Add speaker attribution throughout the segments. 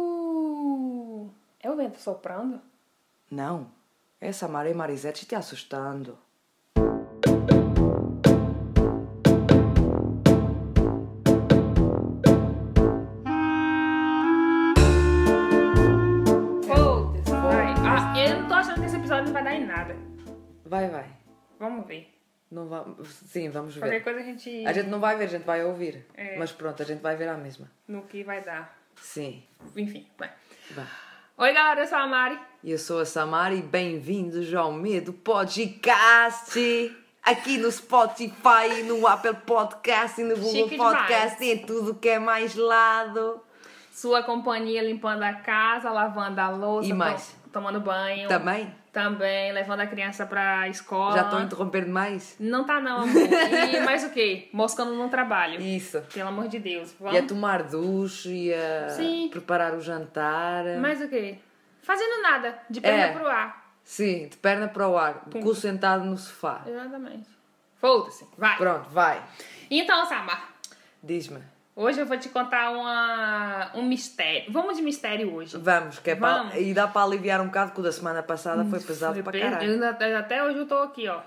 Speaker 1: Uh! É o vento soprando?
Speaker 2: Não, essa Maria Marisete te assustando.
Speaker 1: Foda-se, vai. Ah, eu não tô achando que esse episódio não vai dar em nada.
Speaker 2: Vai, vai.
Speaker 1: Vamos ver.
Speaker 2: Não vamos... Sim, vamos
Speaker 1: Qualquer
Speaker 2: ver.
Speaker 1: coisa a gente.
Speaker 2: A gente não vai ver, a gente vai ouvir.
Speaker 1: É.
Speaker 2: Mas pronto, a gente vai ver a mesma.
Speaker 1: No que vai dar.
Speaker 2: Sim.
Speaker 1: Enfim, vai.
Speaker 2: Vá.
Speaker 1: Oi, galera, eu sou a Mari.
Speaker 2: E Eu sou a Samara e bem-vindos ao Medo Podcast! Aqui no Spotify, no Apple Podcast e no Google
Speaker 1: Chique demais.
Speaker 2: Podcast e em tudo que é mais lado.
Speaker 1: Sua companhia limpando a casa, lavando a louça,
Speaker 2: E mais?
Speaker 1: to- tomando banho.
Speaker 2: Também?
Speaker 1: Também, levando a criança pra escola.
Speaker 2: Já estou a interromper demais?
Speaker 1: Não tá, não, amor. E mais o quê? Moscando no trabalho.
Speaker 2: Isso.
Speaker 1: Pelo amor de Deus.
Speaker 2: E a
Speaker 1: Vamos.
Speaker 2: tomar duche, e a
Speaker 1: Sim.
Speaker 2: preparar o jantar.
Speaker 1: Mais o quê? Fazendo nada, de perna
Speaker 2: É.
Speaker 1: pro ar.
Speaker 2: Sim, de perna para o ar, de cu sentado no sofá.
Speaker 1: Exatamente. Foda-se, vai.
Speaker 2: Pronto, vai.
Speaker 1: Então, Samar,
Speaker 2: Diz-me.
Speaker 1: hoje eu vou te contar uma, um mistério. Vamos de mistério hoje.
Speaker 2: Vamos, que é
Speaker 1: Vamos. Hum,
Speaker 2: para. E dá para aliviar um bocado, que o da semana passada foi pesado
Speaker 1: Eu
Speaker 2: para
Speaker 1: pe-
Speaker 2: caralho. Hum.
Speaker 1: eu ainda- até hoje eu tô aqui, ó.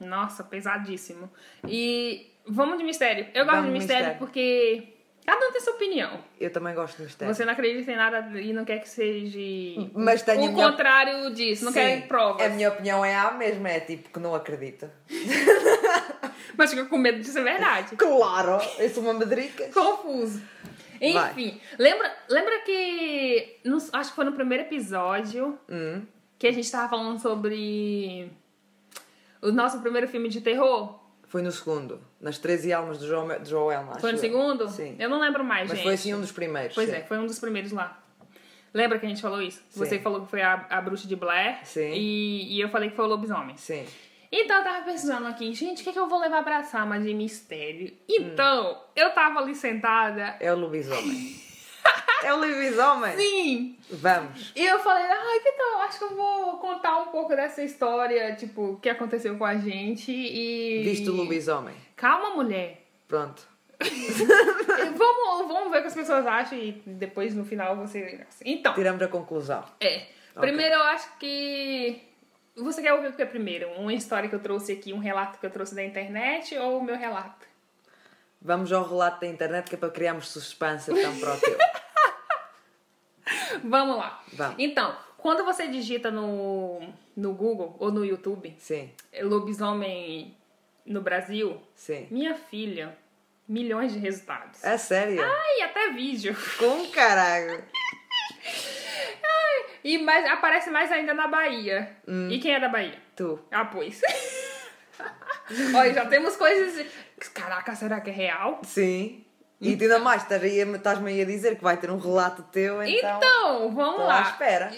Speaker 1: Nossa, pesadíssimo. E vamos de mistério. Eu gosto
Speaker 2: Vamos
Speaker 1: de
Speaker 2: de
Speaker 1: mistério,
Speaker 2: mistério.
Speaker 1: porque cada um tem sua opinião.
Speaker 2: Eu também gosto de mistério.
Speaker 1: Você não acredita em nada e não quer que seja
Speaker 2: Mas tenho a
Speaker 1: o
Speaker 2: minha-
Speaker 1: contrário disso, não
Speaker 2: Sim,
Speaker 1: quer provas.
Speaker 2: A minha opinião é a mesma, é tipo que não acredito.
Speaker 1: Mas fica com medo de ser verdade.
Speaker 2: Claro, eu sou uma madrica.
Speaker 1: Confuso.
Speaker 2: Vai.
Speaker 1: Enfim, lembra, lembra que. no- acho que foi no primeiro episódio
Speaker 2: Hum,
Speaker 1: que a gente tava falando sobre o nosso primeiro filme de terror?
Speaker 2: foi no segundo, nas 13 almas de Joel, de Joel não,
Speaker 1: foi no
Speaker 2: acho eu.
Speaker 1: segundo?
Speaker 2: Sim.
Speaker 1: Eu não lembro mais,
Speaker 2: Mas
Speaker 1: gente.
Speaker 2: foi assim um dos primeiros.
Speaker 1: Pois
Speaker 2: sim.
Speaker 1: é, foi um dos primeiros lá. Lembra que a gente falou isso? Você
Speaker 2: Sim.
Speaker 1: falou que foi a, a bruxa de Blair.
Speaker 2: Sim.
Speaker 1: E, e eu falei que foi o lobisomem.
Speaker 2: Sim.
Speaker 1: Então eu tava pensando aqui, gente, o que, que eu vou levar pra Sama de mistério? Então, eu tava ali sentada.
Speaker 2: É o lobisomem. é o lobisomem.
Speaker 1: Sim!
Speaker 2: Vamos.
Speaker 1: E eu falei, ai, que tal? Acho que eu vou contar um pouco dessa história, tipo, que aconteceu com a gente e.
Speaker 2: Visto o lobisomem.
Speaker 1: Calma, mulher.
Speaker 2: Pronto.
Speaker 1: vamos, vamos ver o que as pessoas acham e depois no final você. Então,
Speaker 2: Tiramos a conclusão.
Speaker 1: é. Primeiro eu acho que. Você quer ouvir o que é primeiro? Uma história que eu trouxe aqui, um relato que eu trouxe da internet ou o meu relato?
Speaker 2: Vamos ao relato da internet que é para criarmos suspense então tão próprio.
Speaker 1: Vamos lá.
Speaker 2: Vamos.
Speaker 1: Então, quando você digita no, no Google ou no YouTube, é
Speaker 2: Sim,
Speaker 1: lobisomem no Brasil,
Speaker 2: sim.
Speaker 1: Minha filha, milhões de resultados.
Speaker 2: É sério?
Speaker 1: Ai, até vídeo.
Speaker 2: Com um caralho.
Speaker 1: E mais, aparece mais ainda na Bahia. E quem é da Bahia?
Speaker 2: Tu.
Speaker 1: Ah, pois. Olha, já temos coisas. Caraca, será que é real?
Speaker 2: Sim. E
Speaker 1: Então.
Speaker 2: ainda mais, estás aí a- estás-me aí a dizer que vai ter um relato teu, então.
Speaker 1: Então, vamos
Speaker 2: tô à
Speaker 1: lá.
Speaker 2: espera.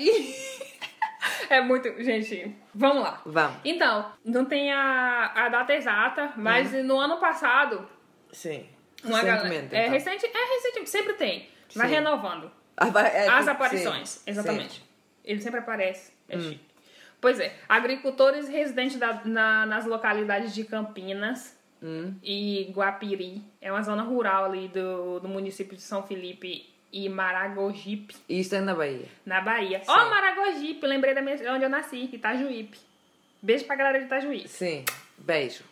Speaker 1: é muito. Gente, vamos lá.
Speaker 2: Vamos.
Speaker 1: Então, não tem a, a data exata, mas no ano passado.
Speaker 2: Sim.
Speaker 1: Uma
Speaker 2: Uhum. Recentemente.
Speaker 1: galera, é,
Speaker 2: então.
Speaker 1: recente, é recente, sempre tem. Vai
Speaker 2: Sim.
Speaker 1: renovando.
Speaker 2: Ah, vai- é,
Speaker 1: As
Speaker 2: tipo,
Speaker 1: aparições,
Speaker 2: sim, Hum.
Speaker 1: exatamente. Ele sempre aparece. É chique. Pois é, agricultores residentes da- na- nas localidades de Campinas
Speaker 2: sim. Hum,
Speaker 1: e Guapiri, é uma zona rural ali do, do município de São Felipe e Maragogipe,
Speaker 2: E isto é na Bahia.
Speaker 1: na Bahia. Ó, Maragogipe, lembrei da minha, onde eu nasci, Itajuípe. Beijo pra galera de Itajuípe.
Speaker 2: Sim. Beijo.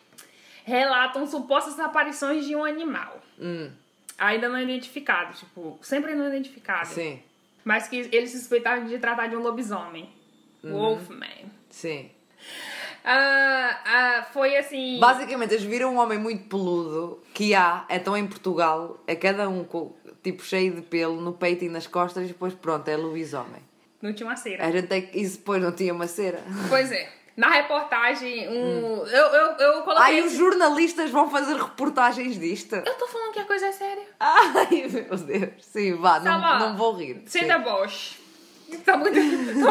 Speaker 1: Relatam supostas aparições de um animal,
Speaker 2: Hum,
Speaker 1: ainda não identificado, tipo, sempre não identificado.
Speaker 2: sim.
Speaker 1: Mas que eles suspeitavam de tratar de um lobisomem. Wolfman.
Speaker 2: Sim.
Speaker 1: Ah, ah, foi assim.
Speaker 2: Basicamente, eles viram um homem muito peludo que há, então em Portugal, é cada um com, tipo cheio de pelo no peito e nas costas e depois pronto, é lobisomem.
Speaker 1: Não tinha uma cera.
Speaker 2: A gente tem que. Isso depois não tinha uma cera.
Speaker 1: Pois é. Na reportagem, um. Eu, eu, eu coloquei. um
Speaker 2: Ai, os jornalistas vão fazer reportagens disto?
Speaker 1: Eu tô falando que a coisa é séria.
Speaker 2: Ai, meu Deus. Sim, vá,
Speaker 1: Tá
Speaker 2: não,
Speaker 1: bom.
Speaker 2: não vou rir. Sim.
Speaker 1: Seja Bosch. Tá muito, tá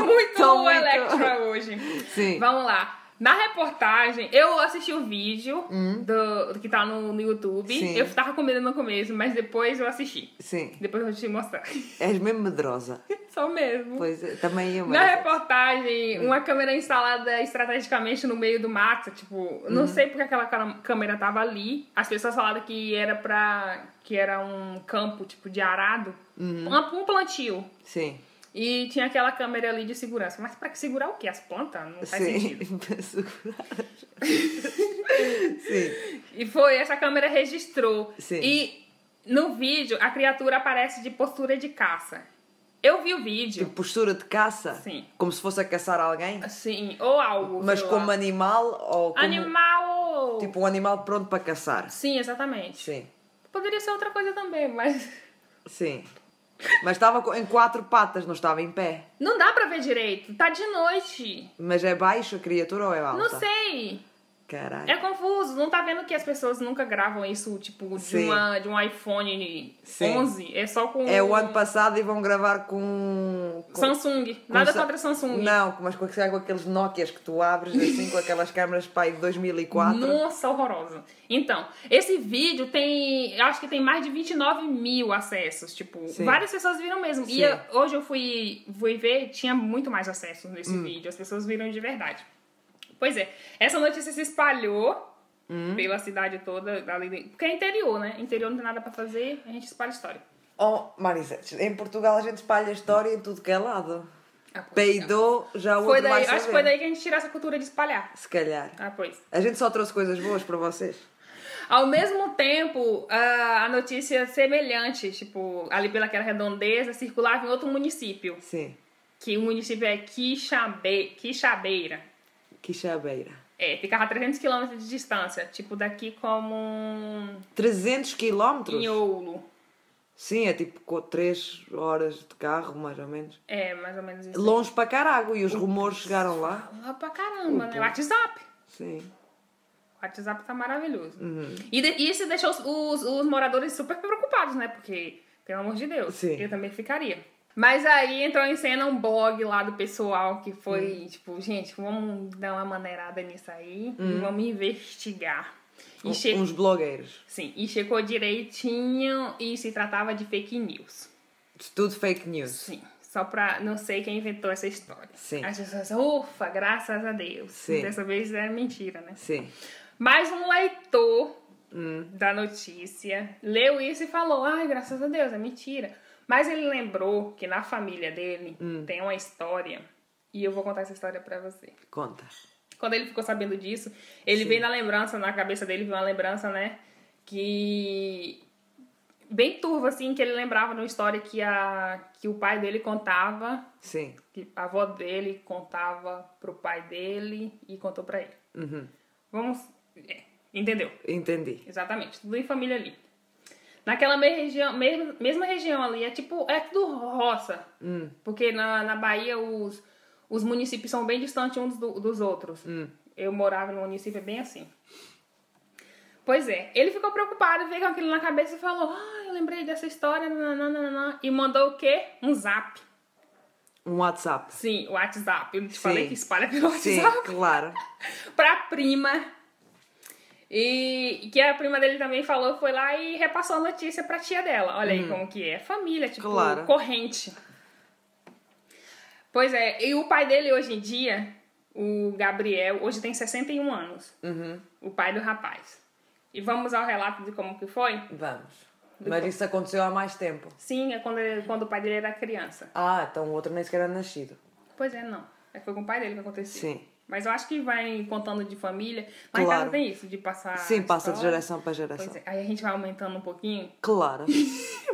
Speaker 1: muito,
Speaker 2: Tô muito-
Speaker 1: Electra hoje.
Speaker 2: Sim.
Speaker 1: Vamos lá. Na reportagem, eu assisti o vídeo do, do que tá no, no YouTube.
Speaker 2: Hum. Sim.
Speaker 1: Eu tava com medo no começo, mas depois eu assisti.
Speaker 2: Sim.
Speaker 1: Depois eu vou te mostrar.
Speaker 2: És mesmo medrosa.
Speaker 1: Só mesmo.
Speaker 2: Pois é, também eu.
Speaker 1: Na
Speaker 2: mas-
Speaker 1: reportagem,
Speaker 2: Hum.
Speaker 1: uma câmera instalada estrategicamente no meio do mato, tipo,
Speaker 2: Hum.
Speaker 1: não sei porque aquela cara- câmera tava ali. As pessoas falaram que era pra. que era um campo, tipo, de arado.
Speaker 2: Hum.
Speaker 1: Um, um plantio.
Speaker 2: Sim.
Speaker 1: E tinha aquela câmera ali de segurança. Mas pra segurar o quê? As plantas? Não faz sentido.
Speaker 2: Sim. Para segurar. Sim.
Speaker 1: E foi, essa câmera registrou.
Speaker 2: Sim.
Speaker 1: E no vídeo, a criatura aparece de postura de caça. Eu vi o vídeo.
Speaker 2: Tipo, postura de caça.
Speaker 1: Sim.
Speaker 2: Como se fosse a caçar alguém.
Speaker 1: Assim, ou algo.
Speaker 2: Mas
Speaker 1: sei
Speaker 2: como
Speaker 1: lá.
Speaker 2: animal ou como...
Speaker 1: Animal.
Speaker 2: Tipo, um animal pronto para caçar.
Speaker 1: Sim, exatamente.
Speaker 2: Sim.
Speaker 1: Poderia ser outra coisa também, mas.
Speaker 2: Sim. Mas estava co- em quatro patas, não estava em pé.
Speaker 1: Não dá pra ver direito. Tá de noite.
Speaker 2: Mas é baixo a criatura ou é alta?
Speaker 1: Não sei.
Speaker 2: Caralho.
Speaker 1: É confuso. Não tá vendo que as pessoas nunca gravam isso, tipo, de,
Speaker 2: Sim.
Speaker 1: uma, de um iPhone
Speaker 2: Sim.
Speaker 1: 11. É só com.
Speaker 2: É o ano passado e vão gravar com... com-
Speaker 1: Samsung. Nada
Speaker 2: Sa-
Speaker 1: contra Samsung.
Speaker 2: Não, mas com, com aqueles Nokias que tu abres assim com aquelas câmeras pai de 2004.
Speaker 1: Nossa, horrorosa. Então, esse vídeo tem. Eu acho que tem mais de 29 mil acessos. Tipo,
Speaker 2: Sim.
Speaker 1: várias pessoas viram mesmo. E
Speaker 2: Sim.
Speaker 1: eu- hoje eu fui, fui ver, tinha muito mais acessos nesse
Speaker 2: Hum.
Speaker 1: vídeo. As pessoas viram de verdade. Pois é, essa notícia se espalhou
Speaker 2: Hum.
Speaker 1: pela cidade toda. ali de- Porque é interior, né? Interior não tem nada pra fazer, a gente espalha história.
Speaker 2: Oh, Marisetes, em Portugal a gente espalha a história em tudo que é lado.
Speaker 1: Ah, pois,
Speaker 2: Peidou, já o
Speaker 1: Foi
Speaker 2: outro
Speaker 1: daí,
Speaker 2: vai
Speaker 1: acho que
Speaker 2: saber.
Speaker 1: foi daí que a gente tirou essa cultura de espalhar.
Speaker 2: Se calhar.
Speaker 1: Ah, pois.
Speaker 2: A gente só trouxe coisas boas para vocês.
Speaker 1: Ao mesmo tempo, a a notícia é semelhante, tipo, ali pelaquela redondeza, circulava em outro município,
Speaker 2: Sim.
Speaker 1: que o município é Quixabe, Quixabeira.
Speaker 2: Que chabeira.
Speaker 1: É, ficava a 300 quilômetros de distância, tipo, daqui como
Speaker 2: 300 quilómetros?
Speaker 1: Inhoulo.
Speaker 2: Sim, é tipo 3 horas de carro, mais ou menos.
Speaker 1: É, mais ou menos isso.
Speaker 2: Longe para carago. E os rumores chegaram lá.
Speaker 1: Lá pra caramba, né? WhatsApp.
Speaker 2: Sim.
Speaker 1: O WhatsApp tá maravilhoso.
Speaker 2: Uhum.
Speaker 1: E de- e isso deixou os, os- os moradores super preocupados, né? Porque, pelo amor de Deus,
Speaker 2: Sim.
Speaker 1: eu também ficaria. Mas aí entrou em cena um blog lá do pessoal que foi,
Speaker 2: Uhum.
Speaker 1: tipo, gente, vamos dar uma maneirada nisso aí
Speaker 2: Uhum.
Speaker 1: e vamos investigar. E che-
Speaker 2: Um- Uns blogueiros.
Speaker 1: Sim, e checou direitinho e se tratava de fake news.
Speaker 2: Tudo fake news.
Speaker 1: Sim. Só pra não sei quem inventou essa história.
Speaker 2: Sim.
Speaker 1: As pessoas, ufa, graças a Deus.
Speaker 2: Sim.
Speaker 1: Dessa vez é mentira, né?
Speaker 2: Sim.
Speaker 1: Mais um leitor hum, da notícia leu isso e falou: ai, graças a Deus, é mentira. Mas ele lembrou que na família dele tem uma história, e eu vou contar essa história pra você.
Speaker 2: Conta.
Speaker 1: Quando ele ficou sabendo disso, ele veio na lembrança, na cabeça dele veio uma lembrança, né? Que. Bem turva, assim, que ele lembrava de uma história que, a, que o pai dele contava,
Speaker 2: Sim.
Speaker 1: que a avó dele contava pro pai dele e contou pra ele.
Speaker 2: Uhum.
Speaker 1: Vamos. é, entendeu?
Speaker 2: Entendi.
Speaker 1: Exatamente. Tudo em família ali. Naquela mesma região, mesma, mesma região ali, é tipo, é tudo roça.
Speaker 2: Hum.
Speaker 1: Porque na, na Bahia os, os municípios são bem distantes uns do- dos outros.
Speaker 2: Hum.
Speaker 1: Eu morava num município bem assim. Pois é, ele ficou preocupado, veio com aquilo na cabeça e falou: Ah, eu lembrei dessa história, nananana. E mandou o quê? Um zap.
Speaker 2: Um WhatsApp.
Speaker 1: Sim, o WhatsApp. Eu te
Speaker 2: Sim.
Speaker 1: falei que espalha pelo
Speaker 2: Sim,
Speaker 1: Um WhatsApp
Speaker 2: claro.
Speaker 1: pra prima. E que a prima dele também falou, foi lá e repassou a notícia pra tia dela. Olha aí como que é. Família, tipo,
Speaker 2: Hum. Claro.
Speaker 1: corrente. Pois é, e o pai dele hoje em dia, o Gabriel, hoje tem 61 anos.
Speaker 2: Uhum.
Speaker 1: O pai do rapaz. E vamos ao relato de como que foi?
Speaker 2: Vamos. Mas isso aconteceu há mais tempo.
Speaker 1: Sim, é quando, ele- quando o pai dele era criança.
Speaker 2: Ah, então o outro nem sequer era nascido.
Speaker 1: Pois é, não. É, Foi com o pai dele que aconteceu.
Speaker 2: Sim.
Speaker 1: Mas eu acho que vai contando de família. Lá em
Speaker 2: Claro.
Speaker 1: casa tem isso, de passar.
Speaker 2: Sim, passa de
Speaker 1: história.
Speaker 2: geração para geração.
Speaker 1: Ah, Pois é, aí a gente vai aumentando um pouquinho,
Speaker 2: Claro.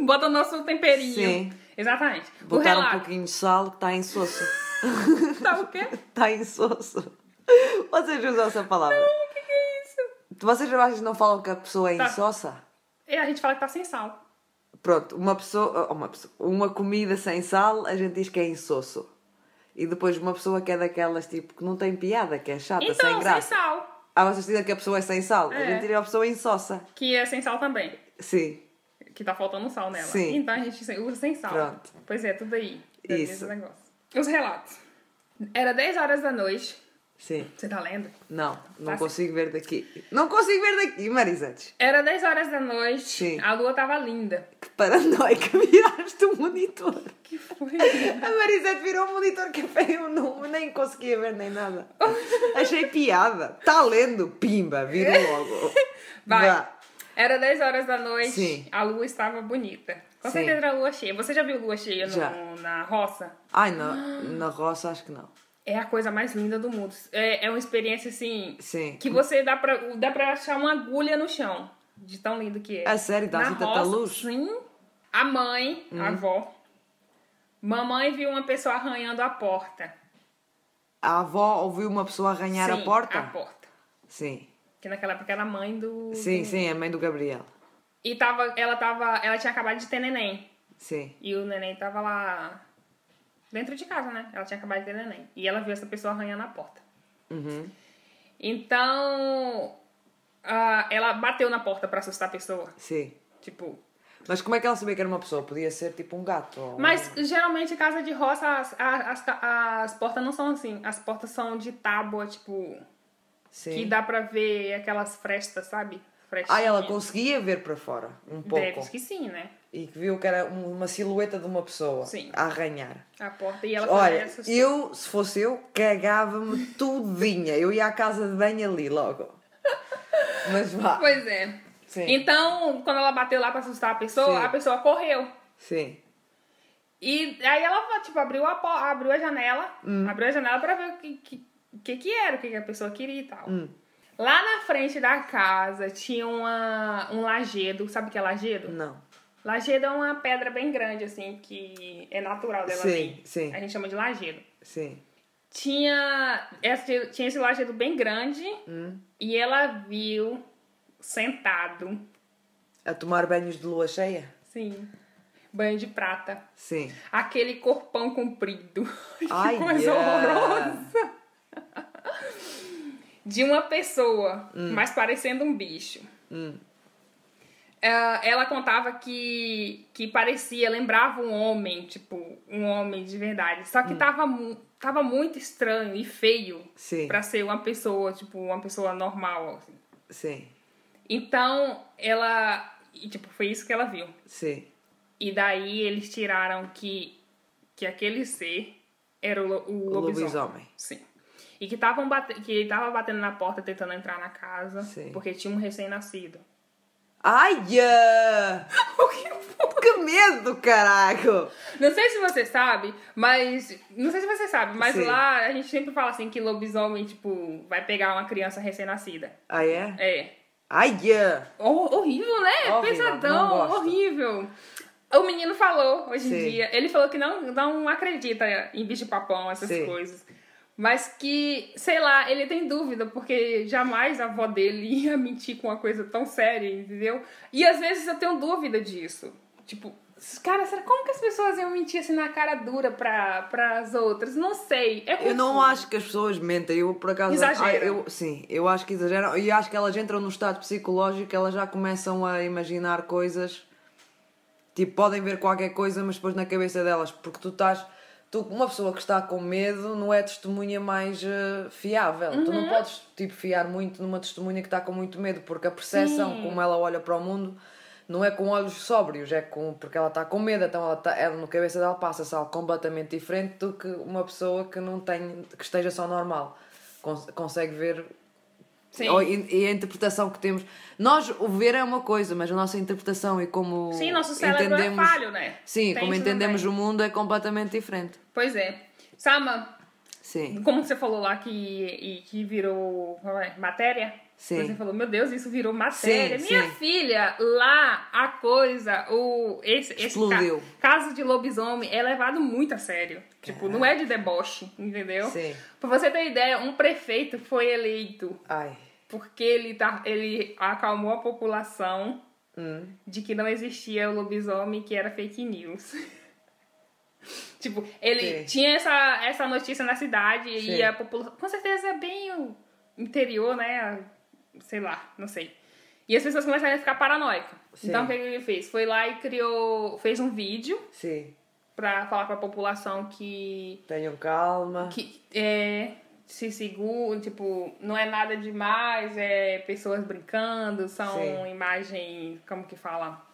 Speaker 1: bota o nosso temperinho.
Speaker 2: Sim.
Speaker 1: Exatamente. o
Speaker 2: Botar um
Speaker 1: relato
Speaker 2: pouquinho de sal que está insosso.
Speaker 1: tá o quê?
Speaker 2: Está insosso. Vocês usam essa palavra.
Speaker 1: O que, que é isso?
Speaker 2: Vocês vocês não falam que a pessoa é
Speaker 1: Tá.
Speaker 2: insossa?
Speaker 1: E a gente fala que tá sem sal.
Speaker 2: Pronto, uma pessoa, oh, uma pessoa- uma comida sem sal, a gente diz que é insosso. E depois uma pessoa que é daquelas tipo que não tem piada, que é chata,
Speaker 1: então,
Speaker 2: sem
Speaker 1: sem,
Speaker 2: graça.
Speaker 1: sal.
Speaker 2: Ah, vocês dizem que a pessoa é sem sal. A
Speaker 1: É.
Speaker 2: gente diz que a pessoa é insossa.
Speaker 1: Que é sem sal também.
Speaker 2: Sim.
Speaker 1: Que tá faltando sal nela.
Speaker 2: Sim.
Speaker 1: Então a gente se- usa sem sal.
Speaker 2: Pronto.
Speaker 1: Pois é, tudo aí.
Speaker 2: Isso.
Speaker 1: Esse negócio. Os relatos. Era 10 horas da noite.
Speaker 2: Sim.
Speaker 1: Você tá lendo?
Speaker 2: Não, não
Speaker 1: Passa.
Speaker 2: consigo ver daqui. Não consigo ver daqui, Marisetes.
Speaker 1: Era 10 horas da noite,
Speaker 2: Sim.
Speaker 1: a lua tava linda.
Speaker 2: Que paranoica viraste o monitor.
Speaker 1: Que foi?
Speaker 2: A Marisete virou o monitor que eu não, nem conseguia ver nem nada. Achei piada. Tá lendo? Pimba, virou logo.
Speaker 1: Vai.
Speaker 2: Vá.
Speaker 1: Era 10 horas da noite,
Speaker 2: Sim.
Speaker 1: a lua estava bonita. Com
Speaker 2: Sim.
Speaker 1: certeza era a lua cheia. Você já viu lua cheia no-
Speaker 2: Já.
Speaker 1: na roça?
Speaker 2: Ai, na, na roça acho que não.
Speaker 1: É a coisa mais linda do mundo. É, é uma experiência assim.
Speaker 2: Sim.
Speaker 1: Que você dá pra, dá pra achar uma agulha no chão. De tão lindo que é.
Speaker 2: É sério, dá-se
Speaker 1: Na
Speaker 2: tanta
Speaker 1: roça,
Speaker 2: luz? Hum.
Speaker 1: Sim. A mãe, a avó. Mamãe viu uma pessoa arranhando a porta.
Speaker 2: A avó ouviu uma pessoa arranhar
Speaker 1: Sim,
Speaker 2: a porta?
Speaker 1: A porta.
Speaker 2: Sim.
Speaker 1: Que naquela época era a mãe do.
Speaker 2: Sim,
Speaker 1: do-
Speaker 2: sim, a mãe do Gabriel.
Speaker 1: E tava, ela tava. Ela tinha acabado de ter neném.
Speaker 2: Sim.
Speaker 1: E o neném tava lá dentro de casa, né? Ela tinha acabado de ter neném. E ela viu essa pessoa arranhando a porta.
Speaker 2: Uhum.
Speaker 1: Então, ah, ela bateu na porta pra assustar a pessoa.
Speaker 2: Sim.
Speaker 1: Tipo.
Speaker 2: Mas como é que ela sabia que era uma pessoa? Podia ser tipo um gato. Ou...
Speaker 1: Mas geralmente casa de roça, as, a- as, ca- as portas não são assim. As portas são de tábua, tipo.
Speaker 2: Sim.
Speaker 1: Que dá pra ver aquelas frestas, sabe? Frestinha.
Speaker 2: Ah, ela conseguia ver para fora um pouco.
Speaker 1: Deve que sim, né?
Speaker 2: E que viu que era um- uma silhueta de uma pessoa
Speaker 1: Sim.
Speaker 2: a arranhar.
Speaker 1: A porta. E ela
Speaker 2: Olha,
Speaker 1: essa-
Speaker 2: eu, se fosse eu, cagava-me tudinha. Eu ia à casa de banho ali logo. Mas vá.
Speaker 1: Pois é.
Speaker 2: Sim.
Speaker 1: Então, quando ela bateu lá pra assustar a pessoa,
Speaker 2: Sim.
Speaker 1: a pessoa correu.
Speaker 2: Sim.
Speaker 1: E aí ela, tipo, abriu a, po- abriu a janela,
Speaker 2: Hum.
Speaker 1: abriu a janela pra ver o que, que, que, que era, o que, que a pessoa queria e tal.
Speaker 2: Hum.
Speaker 1: Lá na frente da casa tinha uma, um lajedo, sabe o que é lajedo?
Speaker 2: Não.
Speaker 1: Lajedo é uma pedra bem grande, assim, que é natural dela
Speaker 2: Sim,
Speaker 1: ali.
Speaker 2: sim.
Speaker 1: A gente chama de lajedo.
Speaker 2: Sim.
Speaker 1: Tinha esse, tinha esse lajedo bem grande
Speaker 2: Hum.
Speaker 1: e ela viu sentado,
Speaker 2: A tomar banhos de lua cheia?
Speaker 1: sim, banho de prata.
Speaker 2: Sim.
Speaker 1: Aquele corpão comprido. que
Speaker 2: Ai,
Speaker 1: coisa
Speaker 2: yeah.
Speaker 1: horrorosa. De uma pessoa, mas parecendo um bicho. É, Ela contava que, que parecia, lembrava um homem, tipo, um homem de verdade. Só que tava, mu- tava muito estranho e feio
Speaker 2: Sim.
Speaker 1: pra ser uma pessoa, tipo, uma pessoa normal. assim.
Speaker 2: Sim.
Speaker 1: Então, ela. E, tipo, foi isso que ela viu.
Speaker 2: Sim.
Speaker 1: E daí eles tiraram que, que aquele ser era o, lo- o
Speaker 2: O
Speaker 1: lobisomem.
Speaker 2: lobisomem.
Speaker 1: Sim. E que, tavam bate... que ele tava batendo na porta tentando entrar na casa
Speaker 2: Sim.
Speaker 1: porque tinha um recém-nascido.
Speaker 2: Ai! ah!
Speaker 1: O que foi?
Speaker 2: Que medo, caraca!
Speaker 1: Não sei se você sabe, mas. Não sei se você sabe, mas
Speaker 2: Sim.
Speaker 1: lá a gente sempre fala assim que lobisomem, tipo, vai pegar uma criança recém-nascida.
Speaker 2: Ah, é?
Speaker 1: É.
Speaker 2: Ai! ah!
Speaker 1: Hor- horrível, né?
Speaker 2: Horrível, não
Speaker 1: Pesadão,
Speaker 2: gosto.
Speaker 1: horrível. O menino falou hoje
Speaker 2: Sim.
Speaker 1: em dia. Ele falou que não, não acredita em bicho papão, essas
Speaker 2: Sim.
Speaker 1: coisas. Mas que, sei lá, ele tem dúvida, porque jamais a avó dele ia mentir com uma coisa tão séria, entendeu? E às vezes eu tenho dúvida disso. Tipo, cara, será como que as pessoas iam mentir assim na cara dura pra, pras outras? Não sei. É
Speaker 2: Eu não
Speaker 1: confuso.
Speaker 2: acho que as pessoas mentem, eu por acaso.
Speaker 1: Exageram.
Speaker 2: Ai, eu, sim, eu acho que exageram. E acho que elas entram no estado psicológico, elas já começam a imaginar coisas. Tipo, podem ver qualquer coisa, mas depois na cabeça delas. Porque tu estás. Tu, uma pessoa que está com medo não é testemunha mais eh, fiável. Tu
Speaker 1: Uhum.
Speaker 2: não podes, tipo, fiar muito numa testemunha que está com muito medo, porque a percepção,
Speaker 1: Sim.
Speaker 2: como ela olha para o mundo. Não é com olhos sóbrios, é com, porque ela está com medo, então ela, tá, ela no cabeça dela passa-se algo completamente diferente do que uma pessoa que não tem, que esteja só normal. Cons- consegue ver
Speaker 1: Sim.
Speaker 2: ou in- e a interpretação que temos. Nós, o ver é uma coisa, mas a nossa interpretação e como
Speaker 1: Sim, nosso cérebro é falho, né?
Speaker 2: Sim,
Speaker 1: Tem
Speaker 2: como
Speaker 1: isso
Speaker 2: entendemos
Speaker 1: também.
Speaker 2: o mundo é completamente diferente.
Speaker 1: Pois é. Sama,
Speaker 2: Sim,
Speaker 1: Como você falou lá que, e que virou como é, matéria?
Speaker 2: Sim.
Speaker 1: Você falou, meu Deus, isso virou matéria.
Speaker 2: Sim,
Speaker 1: Minha
Speaker 2: sim.
Speaker 1: filha, lá a coisa, o esse, esse ca-
Speaker 2: Explodiu.
Speaker 1: caso de lobisomem é levado muito a sério. Tipo, não é de deboche, entendeu?
Speaker 2: Sim.
Speaker 1: Pra você ter ideia, um prefeito foi eleito
Speaker 2: ai,
Speaker 1: porque ele, tá, ele acalmou a população
Speaker 2: Hum.
Speaker 1: de que não existia o lobisomem, que era fake news. tipo, ele
Speaker 2: Sim.
Speaker 1: tinha essa, essa notícia na cidade
Speaker 2: Sim.
Speaker 1: e a população. Com certeza é bem o interior, né? Sei lá, não sei. E as pessoas começaram a ficar paranoicas.
Speaker 2: Sim.
Speaker 1: Então o que que ele fez? Foi lá e criou. fez um vídeo
Speaker 2: sim,
Speaker 1: pra falar pra população que.
Speaker 2: tenham calma.
Speaker 1: que é, se seguram, tipo, não é nada demais, é pessoas brincando, são
Speaker 2: Sim.
Speaker 1: imagem, como que fala?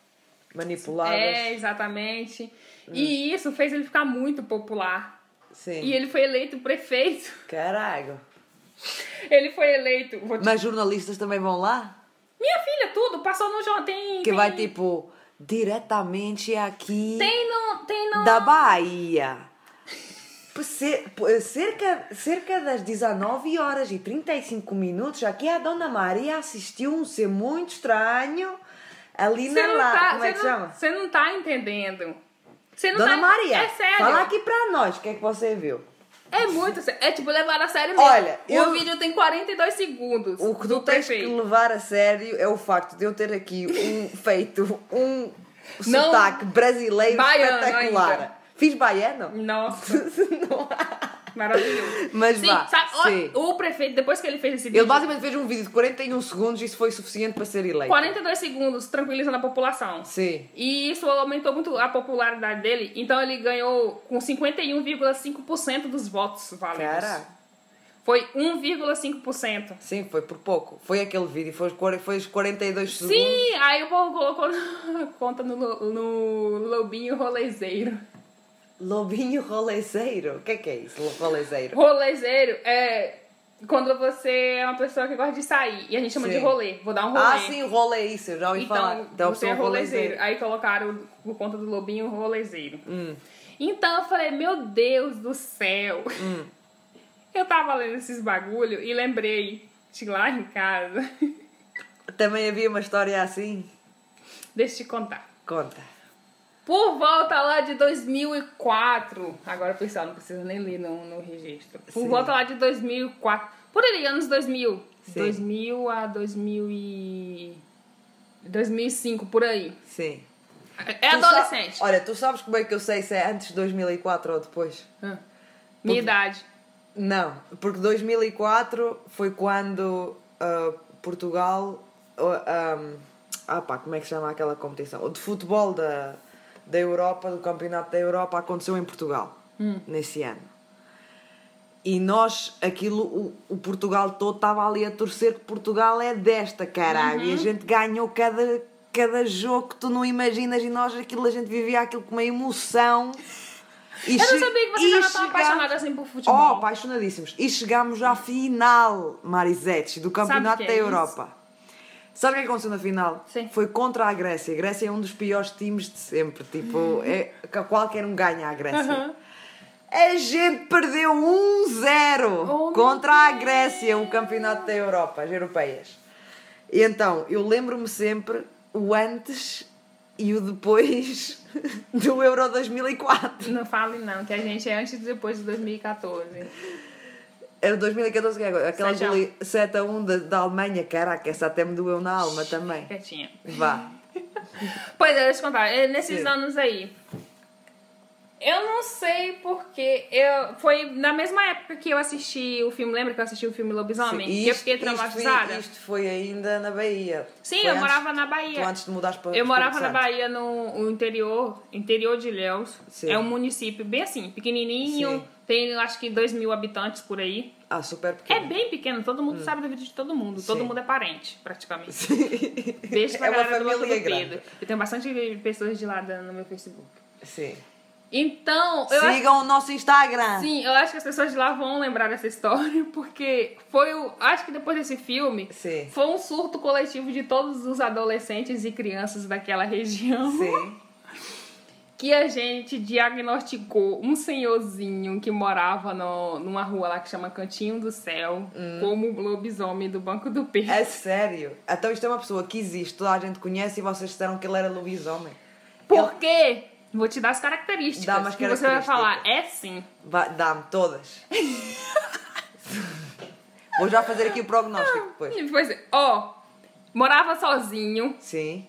Speaker 2: Manipuladas.
Speaker 1: É, exatamente. E isso fez ele ficar muito popular.
Speaker 2: É. Sim.
Speaker 1: E ele foi eleito prefeito.
Speaker 2: Caralho.
Speaker 1: Ele foi eleito. vou te-
Speaker 2: Mas jornalistas também vão lá?
Speaker 1: Minha filha, tudo passou no jornal. Tem,
Speaker 2: Que
Speaker 1: tem,
Speaker 2: vai tipo diretamente aqui
Speaker 1: tem no. Tem no...
Speaker 2: da Bahia. Cer- p- Cerca, cerca das 19 horas e 35 minutos, aqui a Dona Maria assistiu um ser muito estranho ali
Speaker 1: Você
Speaker 2: na
Speaker 1: não
Speaker 2: lá.
Speaker 1: tá-
Speaker 2: Como é que
Speaker 1: você não-
Speaker 2: chama?
Speaker 1: Você não tá entendendo. Você não tá-
Speaker 2: Dona Maria,
Speaker 1: É sério.
Speaker 2: fala aqui pra nós o que é que você viu.
Speaker 1: É muito sério. É tipo levar a sério mesmo.
Speaker 2: Olha,
Speaker 1: o
Speaker 2: eu-
Speaker 1: vídeo tem 42 segundos.
Speaker 2: O tá que tu
Speaker 1: do
Speaker 2: tens que
Speaker 1: prefeito.
Speaker 2: levar a sério é o facto de eu ter aqui um feito, um
Speaker 1: Não.
Speaker 2: sotaque brasileiro
Speaker 1: Baiano
Speaker 2: espetacular.
Speaker 1: ainda.
Speaker 2: Fiz baiano?
Speaker 1: Nossa,
Speaker 2: Não há.
Speaker 1: maravilhoso.
Speaker 2: Mas
Speaker 1: Sim,
Speaker 2: vá.
Speaker 1: sabe, ó,
Speaker 2: sim.
Speaker 1: o prefeito, depois que ele fez esse vídeo,
Speaker 2: Ele basicamente fez um vídeo de 41 segundos e isso foi suficiente para ser eleito.
Speaker 1: 42 segundos tranquilizando a população.
Speaker 2: Sim.
Speaker 1: E isso aumentou muito a popularidade dele. Então ele ganhou com 51,5% dos votos válidos.
Speaker 2: Cara,
Speaker 1: Foi 1,5%.
Speaker 2: sim, foi por pouco. Foi aquele vídeo, foi os, quar- foi os 42 segundos.
Speaker 1: Sim, aí o povo colocou na conta no, lo- no lobinho rolezeiro.
Speaker 2: Lobinho rolezeiro. O que é que é isso, lo- rolezeiro?
Speaker 1: Rolezeiro é quando você é uma pessoa que gosta de sair. E a gente chama
Speaker 2: Sim.
Speaker 1: de rolê. Vou dar um rolê.
Speaker 2: Ah, sim, rolê isso, eu já ouvi falar. um
Speaker 1: Então, você é rolezeiro. Aí colocaram por conta do lobinho um rolezeiro.
Speaker 2: Hum.
Speaker 1: Então eu falei, meu Deus do céu.
Speaker 2: Hum.
Speaker 1: Eu tava lendo esses bagulho e lembrei de lá em casa.
Speaker 2: Também havia uma história assim?
Speaker 1: Deixa eu te contar.
Speaker 2: Conta.
Speaker 1: Por volta lá de 2004. Agora, pessoal, não precisa nem ler no, no registro. Por
Speaker 2: Sim.
Speaker 1: volta lá de 2004. Por ali, anos 2000.
Speaker 2: Sim.
Speaker 1: 2000 a 2000 e... 2005, por aí.
Speaker 2: Sim.
Speaker 1: É
Speaker 2: Tu sa-
Speaker 1: adolescente.
Speaker 2: Olha, tu sabes como é que eu sei se é antes de 2004 ou depois?
Speaker 1: Ah. Minha idade.
Speaker 2: Não, porque 2004 foi quando ah, Portugal. ah, ahm, ah pá, como é que se chama aquela competição? O de futebol da, da Europa, do Campeonato da Europa, aconteceu em Portugal,
Speaker 1: Hum.
Speaker 2: nesse ano. E nós, aquilo, o, o Portugal todo estava ali a torcer que Portugal é desta, caralho.
Speaker 1: Uhum.
Speaker 2: E a gente ganhou cada, cada jogo que tu não imaginas. E nós, aquilo, a gente vivia aquilo com uma emoção. E
Speaker 1: Eu não
Speaker 2: che-
Speaker 1: sabia que
Speaker 2: e
Speaker 1: você estava tão
Speaker 2: chega-
Speaker 1: apaixonada assim por futebol.
Speaker 2: Oh, apaixonadíssimos. E chegámos à final, Marizetti, do Campeonato
Speaker 1: Sabe o que é
Speaker 2: da
Speaker 1: isso?
Speaker 2: Europa. Sabe o que é que aconteceu na final?
Speaker 1: Sim.
Speaker 2: Foi contra a Grécia. A Grécia é um dos piores times de sempre. Tipo, é, qualquer um ganha a Grécia.
Speaker 1: Aham.
Speaker 2: A gente perdeu 1-0
Speaker 1: Oh, meu
Speaker 2: contra a Grécia, o campeonato da Europa, as europeias. E então, eu lembro-me sempre o antes e o depois do Euro 2004.
Speaker 1: Não fale não, que a gente é antes e depois de 2014.
Speaker 2: Era 2014, que é agora? Aquela
Speaker 1: Sete a um.
Speaker 2: goli 7 a 1 da, da Alemanha, caraca, essa até me doeu na alma também.
Speaker 1: Quietinha.
Speaker 2: Vá.
Speaker 1: Pois é, deixa eu te contar. eh, Nesses
Speaker 2: Sim.
Speaker 1: anos aí. Eu não sei porque eu foi na mesma época que eu assisti o filme, lembra que eu assisti o filme Lobisomem?
Speaker 2: Sim,
Speaker 1: que eu fiquei
Speaker 2: foi,
Speaker 1: traumatizada.
Speaker 2: isto foi ainda na Bahia.
Speaker 1: Sim,
Speaker 2: Foi
Speaker 1: eu
Speaker 2: antes-
Speaker 1: morava na
Speaker 2: Tu
Speaker 1: Bahia.
Speaker 2: antes de mudares para
Speaker 1: Eu morava
Speaker 2: Espírito
Speaker 1: na
Speaker 2: Santo.
Speaker 1: Bahia, no o interior, interior de Ilhéus.
Speaker 2: Sim.
Speaker 1: É um município bem assim, pequenininho.
Speaker 2: Sim.
Speaker 1: Tem, eu acho que, 2 mil habitantes por aí.
Speaker 2: Ah, super
Speaker 1: É
Speaker 2: pequeno.
Speaker 1: bem pequeno, todo mundo sabe da vida de todo mundo. Todo
Speaker 2: Sim.
Speaker 1: mundo é parente, praticamente. Beijo pra
Speaker 2: É uma
Speaker 1: galera do Alto
Speaker 2: família
Speaker 1: do Pedro. Eu tenho bastante pessoas de lá da- no meu Facebook.
Speaker 2: Sim.
Speaker 1: Então, eu acho,
Speaker 2: Sigam o nosso Instagram.
Speaker 1: sim, eu acho que as pessoas de lá vão lembrar dessa história, porque foi o. Acho que depois desse filme.
Speaker 2: Sim.
Speaker 1: Foi um surto coletivo de todos os adolescentes e crianças daquela região
Speaker 2: Sim.
Speaker 1: que a gente diagnosticou um senhorzinho que morava no, numa rua lá que chama Cantinho do Céu como o lobisomem do Banco do Peixe.
Speaker 2: Hum. É sério. Então isto é uma pessoa que existe, toda a gente conhece e vocês disseram que ele era lobisomem.
Speaker 1: Por quê? Vou te dar as características.
Speaker 2: Dá umas
Speaker 1: que você vai
Speaker 2: características.
Speaker 1: falar, é sim.
Speaker 2: Vá- Dá-me todas. Vou já fazer aqui o prognóstico depois.
Speaker 1: Pois é, ó, morava sozinho.
Speaker 2: Sim.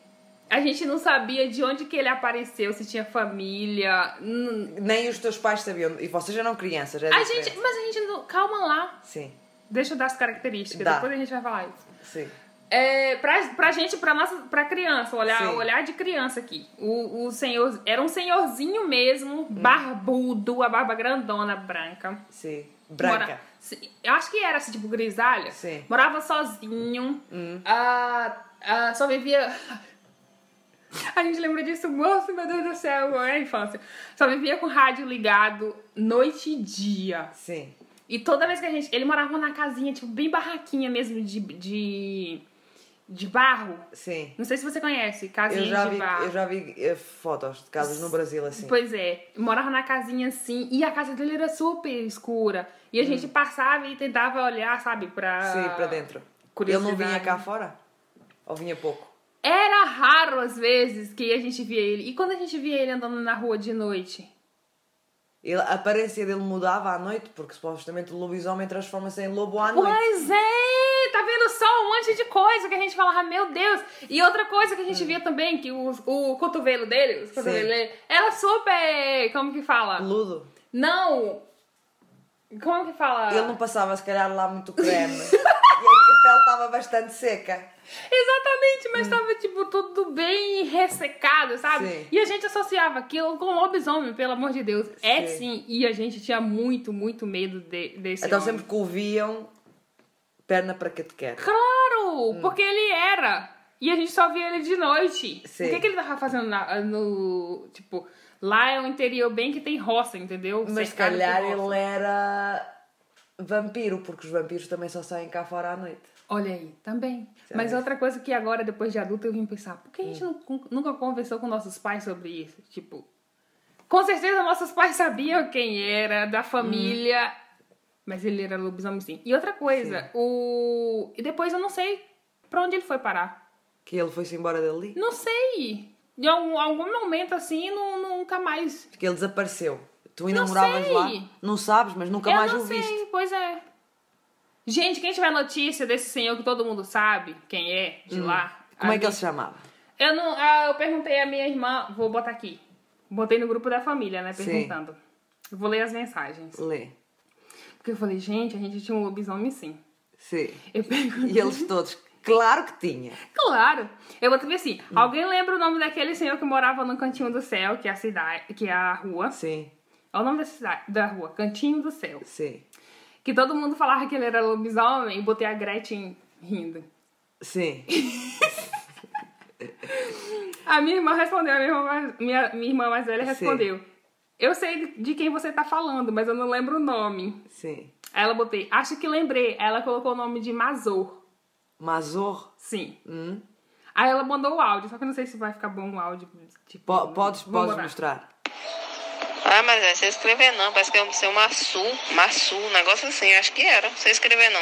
Speaker 1: A gente não sabia de onde que ele apareceu, se tinha família. n-
Speaker 2: Nem os teus pais sabiam. E vocês eram crianças, é
Speaker 1: A
Speaker 2: diferente.
Speaker 1: gente, mas a gente não. Calma lá.
Speaker 2: Sim,
Speaker 1: Deixa eu dar as características,
Speaker 2: Dá.
Speaker 1: depois a gente vai falar isso.
Speaker 2: sim.
Speaker 1: É, pra, pra gente, pra, nossa, pra criança, olhar,
Speaker 2: Sim.
Speaker 1: o olhar de criança aqui. O, o
Speaker 2: Hum.
Speaker 1: senhor era um senhorzinho mesmo, barbudo, a barba grandona branca.
Speaker 2: Sim. branca.
Speaker 1: Mora- se- eu acho que era assim, tipo, grisalha.
Speaker 2: Sim. Hum.
Speaker 1: Morava sozinho. Ah, ah, só vivia. A gente lembra disso, moço, meu Deus do céu, é a infância. Só vivia com o rádio ligado noite e dia.
Speaker 2: Sim.
Speaker 1: E toda vez que a gente. Ele morava na casinha, tipo, bem barraquinha mesmo de. de, de barro.
Speaker 2: Sim.
Speaker 1: Não sei se você conhece, casinha
Speaker 2: Eu já,
Speaker 1: de
Speaker 2: vi,
Speaker 1: barro.
Speaker 2: eu já vi eh, fotos de casas no Brasil assim.
Speaker 1: Pois é, morava na casinha assim, e a casa dele era super escura. E a gente passava e tentava olhar, sabe, pra.
Speaker 2: Hum. Sim, para dentro. Ele não
Speaker 1: ah, curiosidade.
Speaker 2: vinha cá fora? Ou vinha pouco?
Speaker 1: Era raro às vezes que a gente via ele. E quando a gente via ele andando na rua de noite?
Speaker 2: Ele, a aparência dele mudava à noite, porque supostamente o lobisomem transforma-se em lobo à noite.
Speaker 1: Pois é! Tá vendo só um monte de coisa que a gente falava, meu Deus! E outra coisa que a
Speaker 2: Hum.
Speaker 1: gente via também, que os- o, cotovelo dele, os cotovelos dele, era super. Como que fala?
Speaker 2: Peludo.
Speaker 1: Não! Como que fala?
Speaker 2: Ele não passava, se calhar, lá muito creme. e aí a pele estava bastante seca.
Speaker 1: Exatamente, mas tava tipo tudo bem ressecado, sabe?
Speaker 2: Hum. Sim.
Speaker 1: E a gente associava aquilo com lobisomem, pelo amor de Deus. É
Speaker 2: Sim.
Speaker 1: sim, e a gente tinha muito, muito medo de- desse.
Speaker 2: Então
Speaker 1: homem.
Speaker 2: sempre que o viam, perna para que te quer.
Speaker 1: Claro!
Speaker 2: Hum.
Speaker 1: Porque ele era. E a gente só via ele de noite.
Speaker 2: Sim.
Speaker 1: O que, que ele tava fazendo na- no. Tipo, lá é um interior bem que tem roça, entendeu?
Speaker 2: Mas se
Speaker 1: Cercado por
Speaker 2: calhar
Speaker 1: roça.
Speaker 2: ele era vampiro, porque os vampiros também só saem cá fora à noite.
Speaker 1: Olha aí, também.
Speaker 2: Certo.
Speaker 1: Mas outra coisa que agora, depois de adulta, eu vim pensar, por que a
Speaker 2: Hum.
Speaker 1: gente nu- nunca conversou com nossos pais sobre isso? Tipo, com certeza nossos pais sabiam quem era,
Speaker 2: Hum.
Speaker 1: da família, mas ele era lobisomem sim. E outra coisa, o. E depois eu não sei pra onde ele foi parar.
Speaker 2: Que ele foi-se embora dali.
Speaker 1: Não sei. Em algum, algum momento assim, nu- nunca mais.
Speaker 2: Porque ele desapareceu. Tu ainda
Speaker 1: Não
Speaker 2: moravas
Speaker 1: sei.
Speaker 2: lá? Não sabes, mas nunca
Speaker 1: eu
Speaker 2: mais
Speaker 1: não
Speaker 2: o
Speaker 1: sei,
Speaker 2: viste.
Speaker 1: pois é. Gente, quem tiver notícia desse senhor que todo mundo sabe quem é, de lá.
Speaker 2: Como é
Speaker 1: avisa.
Speaker 2: que ele se chamava?
Speaker 1: Eu não. ah, eu perguntei à minha irmã, vou botar aqui. Botei no grupo da família, né?
Speaker 2: Sim.
Speaker 1: Perguntando. Eu Vou ler as mensagens.
Speaker 2: Lê.
Speaker 1: Porque eu falei, gente, a gente tinha um lobisomem sim.
Speaker 2: Sim.
Speaker 1: Eu perguntei.
Speaker 2: E eles todos. Claro que tinha.
Speaker 1: Claro! Eu botei assim:
Speaker 2: Hum.
Speaker 1: alguém lembra o nome daquele senhor que morava no Cantinho do Céu, que é a cidade, que é a rua.
Speaker 2: Sim,
Speaker 1: É o nome da cidade, da rua, Cantinho do Céu.
Speaker 2: sim,
Speaker 1: Que todo mundo falava que ele era lobisomem e botei a Gretchen rindo.
Speaker 2: sim.
Speaker 1: A minha irmã respondeu, a minha irmã mais, minha, minha irmã mais velha
Speaker 2: Sim.
Speaker 1: respondeu. Eu sei de- de quem você tá falando, mas eu não lembro o nome.
Speaker 2: Sim.
Speaker 1: Aí ela botei, acho que lembrei. Aí ela colocou o nome de Mazor.
Speaker 2: Mazor.
Speaker 1: Sim.
Speaker 2: Hum?
Speaker 1: Aí ela mandou o áudio, só que eu não sei se vai ficar bom o áudio. Tipo,
Speaker 2: Po- podes
Speaker 1: vou
Speaker 2: podes
Speaker 1: botar.
Speaker 2: mostrar.
Speaker 3: Ah, mas é, você escrever não, parece que é um seu Massu, Massu, um negócio assim, acho que era, você escrever não.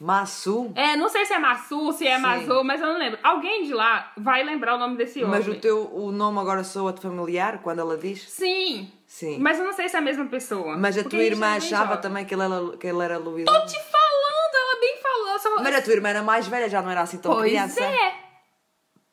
Speaker 2: Massu?
Speaker 1: É, não sei se é Massu, se é
Speaker 2: Sim.
Speaker 1: Mazor, mas eu não lembro. Alguém de lá vai lembrar o nome desse homem.
Speaker 2: Mas o teu o nome agora soa-te familiar quando ela diz?
Speaker 1: Sim.
Speaker 2: Sim.
Speaker 1: Mas eu não sei se é a mesma pessoa.
Speaker 2: Mas a
Speaker 1: Porque
Speaker 2: tua
Speaker 1: gente é
Speaker 2: irmã
Speaker 1: bem
Speaker 2: achava
Speaker 1: jovem.
Speaker 2: também que ele era, que ele era Luís.
Speaker 1: Tô te falando, ela bem falou. Só...
Speaker 2: Mas a tua irmã era mais velha, já não era assim tão
Speaker 1: pois
Speaker 2: criança.
Speaker 1: é.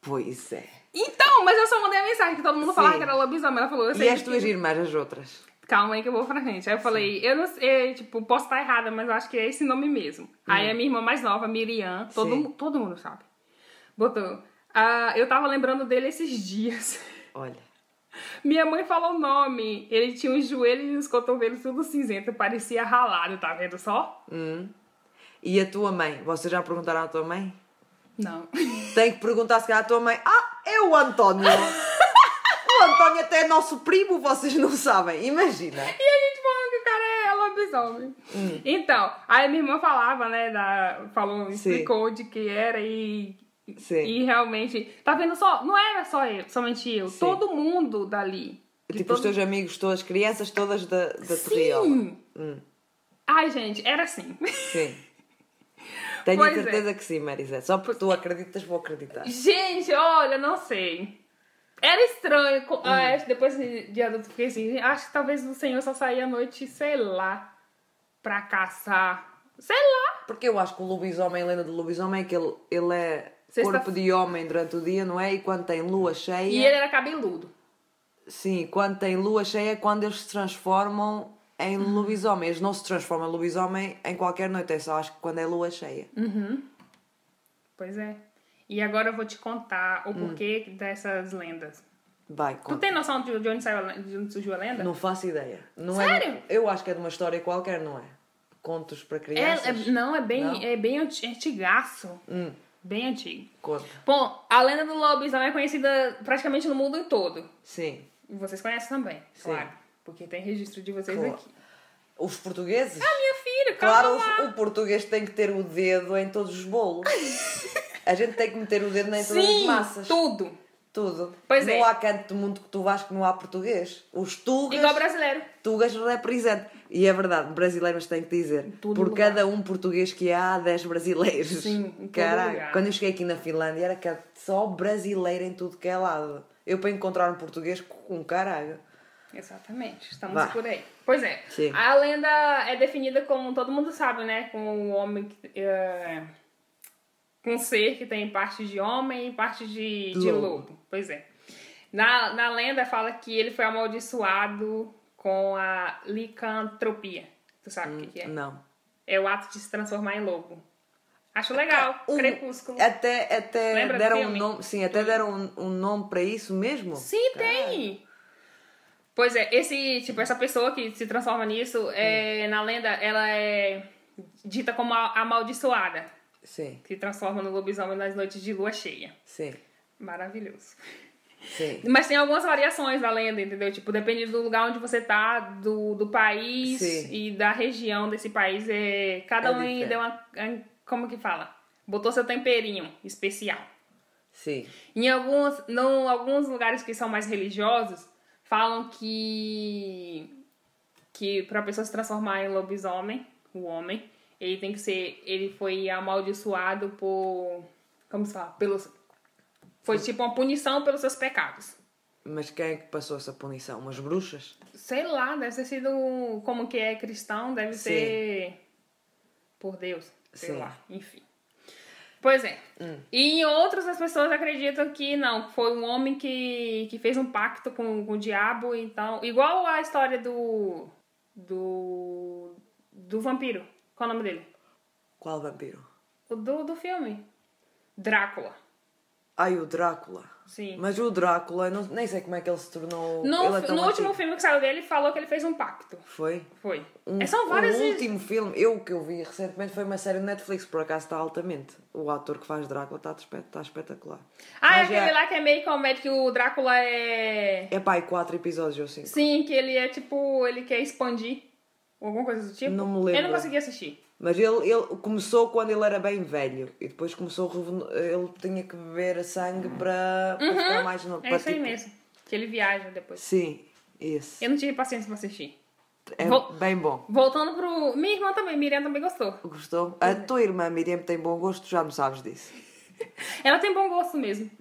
Speaker 2: Pois é.
Speaker 1: Então, mas eu só mandei a mensagem que todo mundo
Speaker 2: Sim.
Speaker 1: falava que era lobisomem. Ela falou, eu sei
Speaker 2: E as
Speaker 1: de
Speaker 2: tuas
Speaker 1: quem-
Speaker 2: irmãs, as outras?
Speaker 1: calma aí que eu vou pra frente. Aí eu falei, eu não sei, tipo, posso estar errada, mas eu acho que é esse nome mesmo. Aí a minha irmã mais nova, Miriam, todo,
Speaker 2: Sim.
Speaker 1: mu- todo mundo sabe, botou. Ah, eu tava lembrando dele esses dias.
Speaker 2: Olha.
Speaker 1: Minha mãe falou o nome. Ele tinha os joelhos e os cotovelos tudo cinzento, parecia ralado, tá vendo só?
Speaker 2: E a tua mãe? Vocês já perguntaram à tua mãe?
Speaker 1: Não.
Speaker 2: Tem que perguntar se calhar à tua mãe. Ah, é o António. o António até é nosso primo, vocês não sabem. Imagina.
Speaker 1: E a gente falando que o cara é lobisomem. Então, aí minha irmã falava, né? Da, falou, explicou de que era e.
Speaker 2: Sim.
Speaker 1: E realmente. Tá vendo só? Não era só eu, somente eu.
Speaker 2: Sim.
Speaker 1: Todo mundo dali. De
Speaker 2: Tipo, os
Speaker 1: todo-
Speaker 2: teus amigos, todas as crianças, todas da, da triola.
Speaker 1: Sim!
Speaker 2: Hum.
Speaker 1: Ai, gente, era assim.
Speaker 2: Sim. Tenho
Speaker 1: Pois é.
Speaker 2: certeza que sim, Marisete. Só porque tu acreditas, vou acreditar.
Speaker 1: gente, olha, não sei. Era estranho. co-
Speaker 2: Hum.
Speaker 1: ah, Depois de adulto, fiquei assim. Acho que talvez o senhor só saía à noite, sei lá, pra caçar. Sei lá.
Speaker 2: Porque eu acho que o lobisomem, a lenda do lobisomem, é que ele, ele é
Speaker 1: Sexta-
Speaker 2: corpo de homem durante o dia, não é? E quando tem lua cheia.
Speaker 1: E é- ele era cabeludo.
Speaker 2: Sim, quando tem lua cheia é quando eles se transformam em
Speaker 1: Uhum.
Speaker 2: lobisomem. Eles não se transformam em lobisomem em qualquer noite, é só acho que quando é lua cheia.
Speaker 1: Uhum. Pois é. E agora eu vou te contar o porquê dessas lendas.
Speaker 2: Vai,
Speaker 1: Tu
Speaker 2: Hum. conta.
Speaker 1: tem noção de de onde, saiu a le- de onde surgiu a lenda?
Speaker 2: Não faço ideia. Não
Speaker 1: Sério?
Speaker 2: É, eu acho que é de uma história qualquer, não é? Contos para
Speaker 1: É-
Speaker 2: crianças.
Speaker 1: é- não, é bem,
Speaker 2: Não?
Speaker 1: É bem anti- antigaço.
Speaker 2: Hum,
Speaker 1: Bem antigo.
Speaker 2: conta.
Speaker 1: Bom, a lenda do lobisomem é conhecida praticamente no mundo todo.
Speaker 2: Sim.
Speaker 1: E vocês conhecem também,
Speaker 2: Sim.
Speaker 1: claro. Porque tem registro de vocês
Speaker 2: Claro.
Speaker 1: aqui.
Speaker 2: Os portugueses?
Speaker 1: Minha filha,
Speaker 2: claro,
Speaker 1: calma lá.
Speaker 2: o, o português tem que ter o dedo em todos os bolos. A gente tem que meter o dedo em todas as
Speaker 1: Sim,
Speaker 2: massas.
Speaker 1: tudo.
Speaker 2: Tudo.
Speaker 1: Pois
Speaker 2: não
Speaker 1: é.
Speaker 2: há canto do mundo que tu vais que não há português. Os tugas,
Speaker 1: Igual brasileiro.
Speaker 2: tugas represente. E é verdade, brasileiros têm que dizer.
Speaker 1: todo
Speaker 2: por
Speaker 1: lugar.
Speaker 2: cada um português que há, há 10 brasileiros.
Speaker 1: Sim, em todo
Speaker 2: Caralho.
Speaker 1: lugar.
Speaker 2: Quando eu cheguei aqui na Finlândia, era que só brasileiro em tudo que é lado. Eu para encontrar um português, um caralho.
Speaker 1: Exatamente, estamos
Speaker 2: Vá.
Speaker 1: por aí. Pois é,
Speaker 2: Sim.
Speaker 1: a lenda é definida como todo mundo sabe, né? Com o homem que. é, com um ser que tem parte de homem e parte de, de
Speaker 2: Lobo.
Speaker 1: lobo. Pois é. Na, na lenda fala que ele foi amaldiçoado com a licantropia. Tu sabe
Speaker 2: Hum,
Speaker 1: o que, que é?
Speaker 2: Não.
Speaker 1: É o ato de se transformar em lobo. Acho legal.
Speaker 2: Um-
Speaker 1: Crepúsculo.
Speaker 2: Até, até
Speaker 1: Lembra do
Speaker 2: deram um
Speaker 1: filme? Hum.
Speaker 2: nome, sim, até deram um, um nome para isso mesmo.
Speaker 1: Sim, tem! Pois é, esse, tipo, essa pessoa que se transforma nisso, é,
Speaker 2: Hum.
Speaker 1: na lenda, ela é dita como a amaldiçoada,
Speaker 2: Sim,
Speaker 1: que se transforma no lobisomem nas noites de lua cheia.
Speaker 2: sim,
Speaker 1: Maravilhoso.
Speaker 2: sim.
Speaker 1: Mas tem algumas variações da lenda, entendeu? Tipo, depende do lugar onde você tá, do, do país
Speaker 2: Sim.
Speaker 1: e da região desse país. É, cada
Speaker 2: É
Speaker 1: um aí
Speaker 2: diferente.
Speaker 1: deu uma. Como que fala? Botou seu temperinho especial.
Speaker 2: Sim.
Speaker 1: Em alguns, não, alguns lugares que são mais religiosos, falam que que para a pessoa se transformar em lobisomem, o homem, ele tem que ser, ele foi amaldiçoado por, como se fala, pelos foi tipo uma punição pelos seus pecados.
Speaker 2: Mas quem é que passou essa punição? Umas bruxas?
Speaker 1: Sei lá, deve ter sido como que é cristão, deve
Speaker 2: Sim.
Speaker 1: ser por Deus, sei
Speaker 2: Sim. Hum.
Speaker 1: lá, enfim. Pois é. E em outros as pessoas acreditam que não, que foi um homem que, que fez um pacto com, com o diabo, então, igual a história do do do vampiro. Qual é o nome dele?
Speaker 2: Qual vampiro?
Speaker 1: O do, do filme. Drácula.
Speaker 2: Ai, o Drácula.
Speaker 1: Sim.
Speaker 2: Mas o Drácula, eu não, nem sei como é que ele se tornou.
Speaker 1: No,
Speaker 2: ele é
Speaker 1: fi-
Speaker 2: tão
Speaker 1: no último
Speaker 2: antigo.
Speaker 1: filme que saiu dele, ele falou que ele fez um pacto.
Speaker 2: Foi?
Speaker 1: Foi.
Speaker 2: Um-
Speaker 1: É, são várias
Speaker 2: O último filme, eu que eu vi recentemente, foi uma série do Netflix, por acaso está altamente. O ator que faz Drácula está espe- está espetacular.
Speaker 1: Ah, é
Speaker 2: Mas
Speaker 1: aquele lá que é meio comédia que o Drácula é.
Speaker 2: É pá, e quatro episódios ou cinco.
Speaker 1: Sim, que ele é tipo. Ele quer expandir. Ou alguma coisa do tipo.
Speaker 2: Não me lembro.
Speaker 1: Eu não consegui assistir.
Speaker 2: Mas ele, ele começou quando ele era bem velho e depois começou a revenu- ele tinha que beber sangue para para ficar mais novo.
Speaker 1: É
Speaker 2: para
Speaker 1: isso aí
Speaker 2: tipo-
Speaker 1: mesmo. Que ele viaja depois.
Speaker 2: Sim, esse.
Speaker 1: Eu não tive paciência pra assistir.
Speaker 2: É
Speaker 1: Vou-
Speaker 2: bem bom.
Speaker 1: Voltando pro. Minha irmã também, Miriam também gostou.
Speaker 2: Gostou? A tua irmã Miriam tem bom gosto, já não sabes disso.
Speaker 1: Ela tem bom gosto mesmo.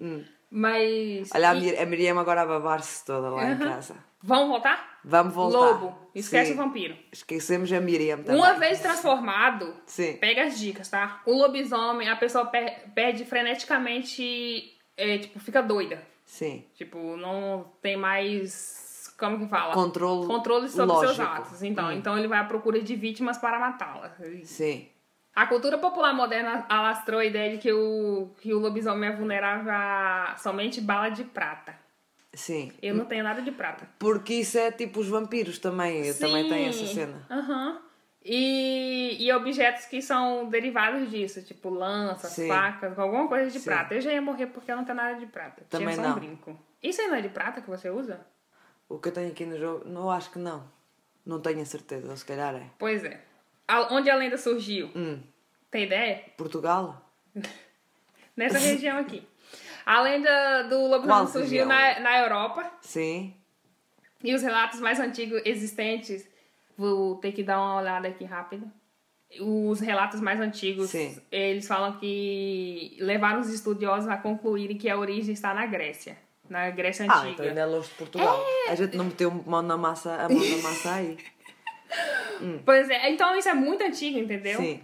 Speaker 1: Mas.
Speaker 2: Hum. Olha a,
Speaker 1: e-
Speaker 2: Mir- a Miriam agora a babar-se toda lá em
Speaker 1: Aham.
Speaker 2: casa.
Speaker 1: Vamos voltar?
Speaker 2: Vamos voltar.
Speaker 1: Lobo. Esquece
Speaker 2: Sim.
Speaker 1: o vampiro.
Speaker 2: Esquecemos a Miriam também.
Speaker 1: Uma vez transformado,
Speaker 2: Sim.
Speaker 1: Pega as dicas, tá? O lobisomem, a pessoa per- perde freneticamente, é, tipo, fica doida.
Speaker 2: Sim.
Speaker 1: Tipo, não tem mais. Como que fala?
Speaker 2: Controle
Speaker 1: Controle sobre seus
Speaker 2: lógico. Hum.
Speaker 1: atos. Então, então ele vai à procura de vítimas para matá-las.
Speaker 2: Sim.
Speaker 1: A cultura popular moderna alastrou a ideia de que o, que o lobisomem é vulnerável a somente bala de prata.
Speaker 2: Sim.
Speaker 1: Eu não tenho nada de prata.
Speaker 2: Porque isso é tipo os vampiros também. eu Também tem essa
Speaker 1: Sim.
Speaker 2: cena.
Speaker 1: Aham. E, e objetos que são derivados disso, tipo lanças,
Speaker 2: Sim.
Speaker 1: facas, alguma coisa de
Speaker 2: Sim.
Speaker 1: prata. Eu já ia morrer porque eu não tenho nada de prata.
Speaker 2: Também
Speaker 1: Tinha só
Speaker 2: não.
Speaker 1: um brinco. Isso aí não é de prata que você usa?
Speaker 2: O que eu tenho aqui no jogo, não acho que não. Não tenho a certeza, ou se calhar é.
Speaker 1: Pois é. A- onde a lenda surgiu?
Speaker 2: Hum.
Speaker 1: Tem ideia?
Speaker 2: Portugal?
Speaker 1: Nessa região aqui. A lenda do
Speaker 2: Qual
Speaker 1: lobisomem surgiu
Speaker 2: região?
Speaker 1: na, na Europa
Speaker 2: Sim.
Speaker 1: e os relatos mais antigos existentes. Vou ter que dar uma olhada aqui rápido. Os relatos mais antigos,
Speaker 2: Sim.
Speaker 1: eles falam que levaram os estudiosos a concluírem que a origem está na Grécia, na Grécia
Speaker 2: Ah, então ainda
Speaker 1: antiga. É.
Speaker 2: é longe de Portugal. A gente não meteu mão na massa, a mão na massa aí.
Speaker 1: pois é, então isso é muito antigo, entendeu?
Speaker 2: né? Sim.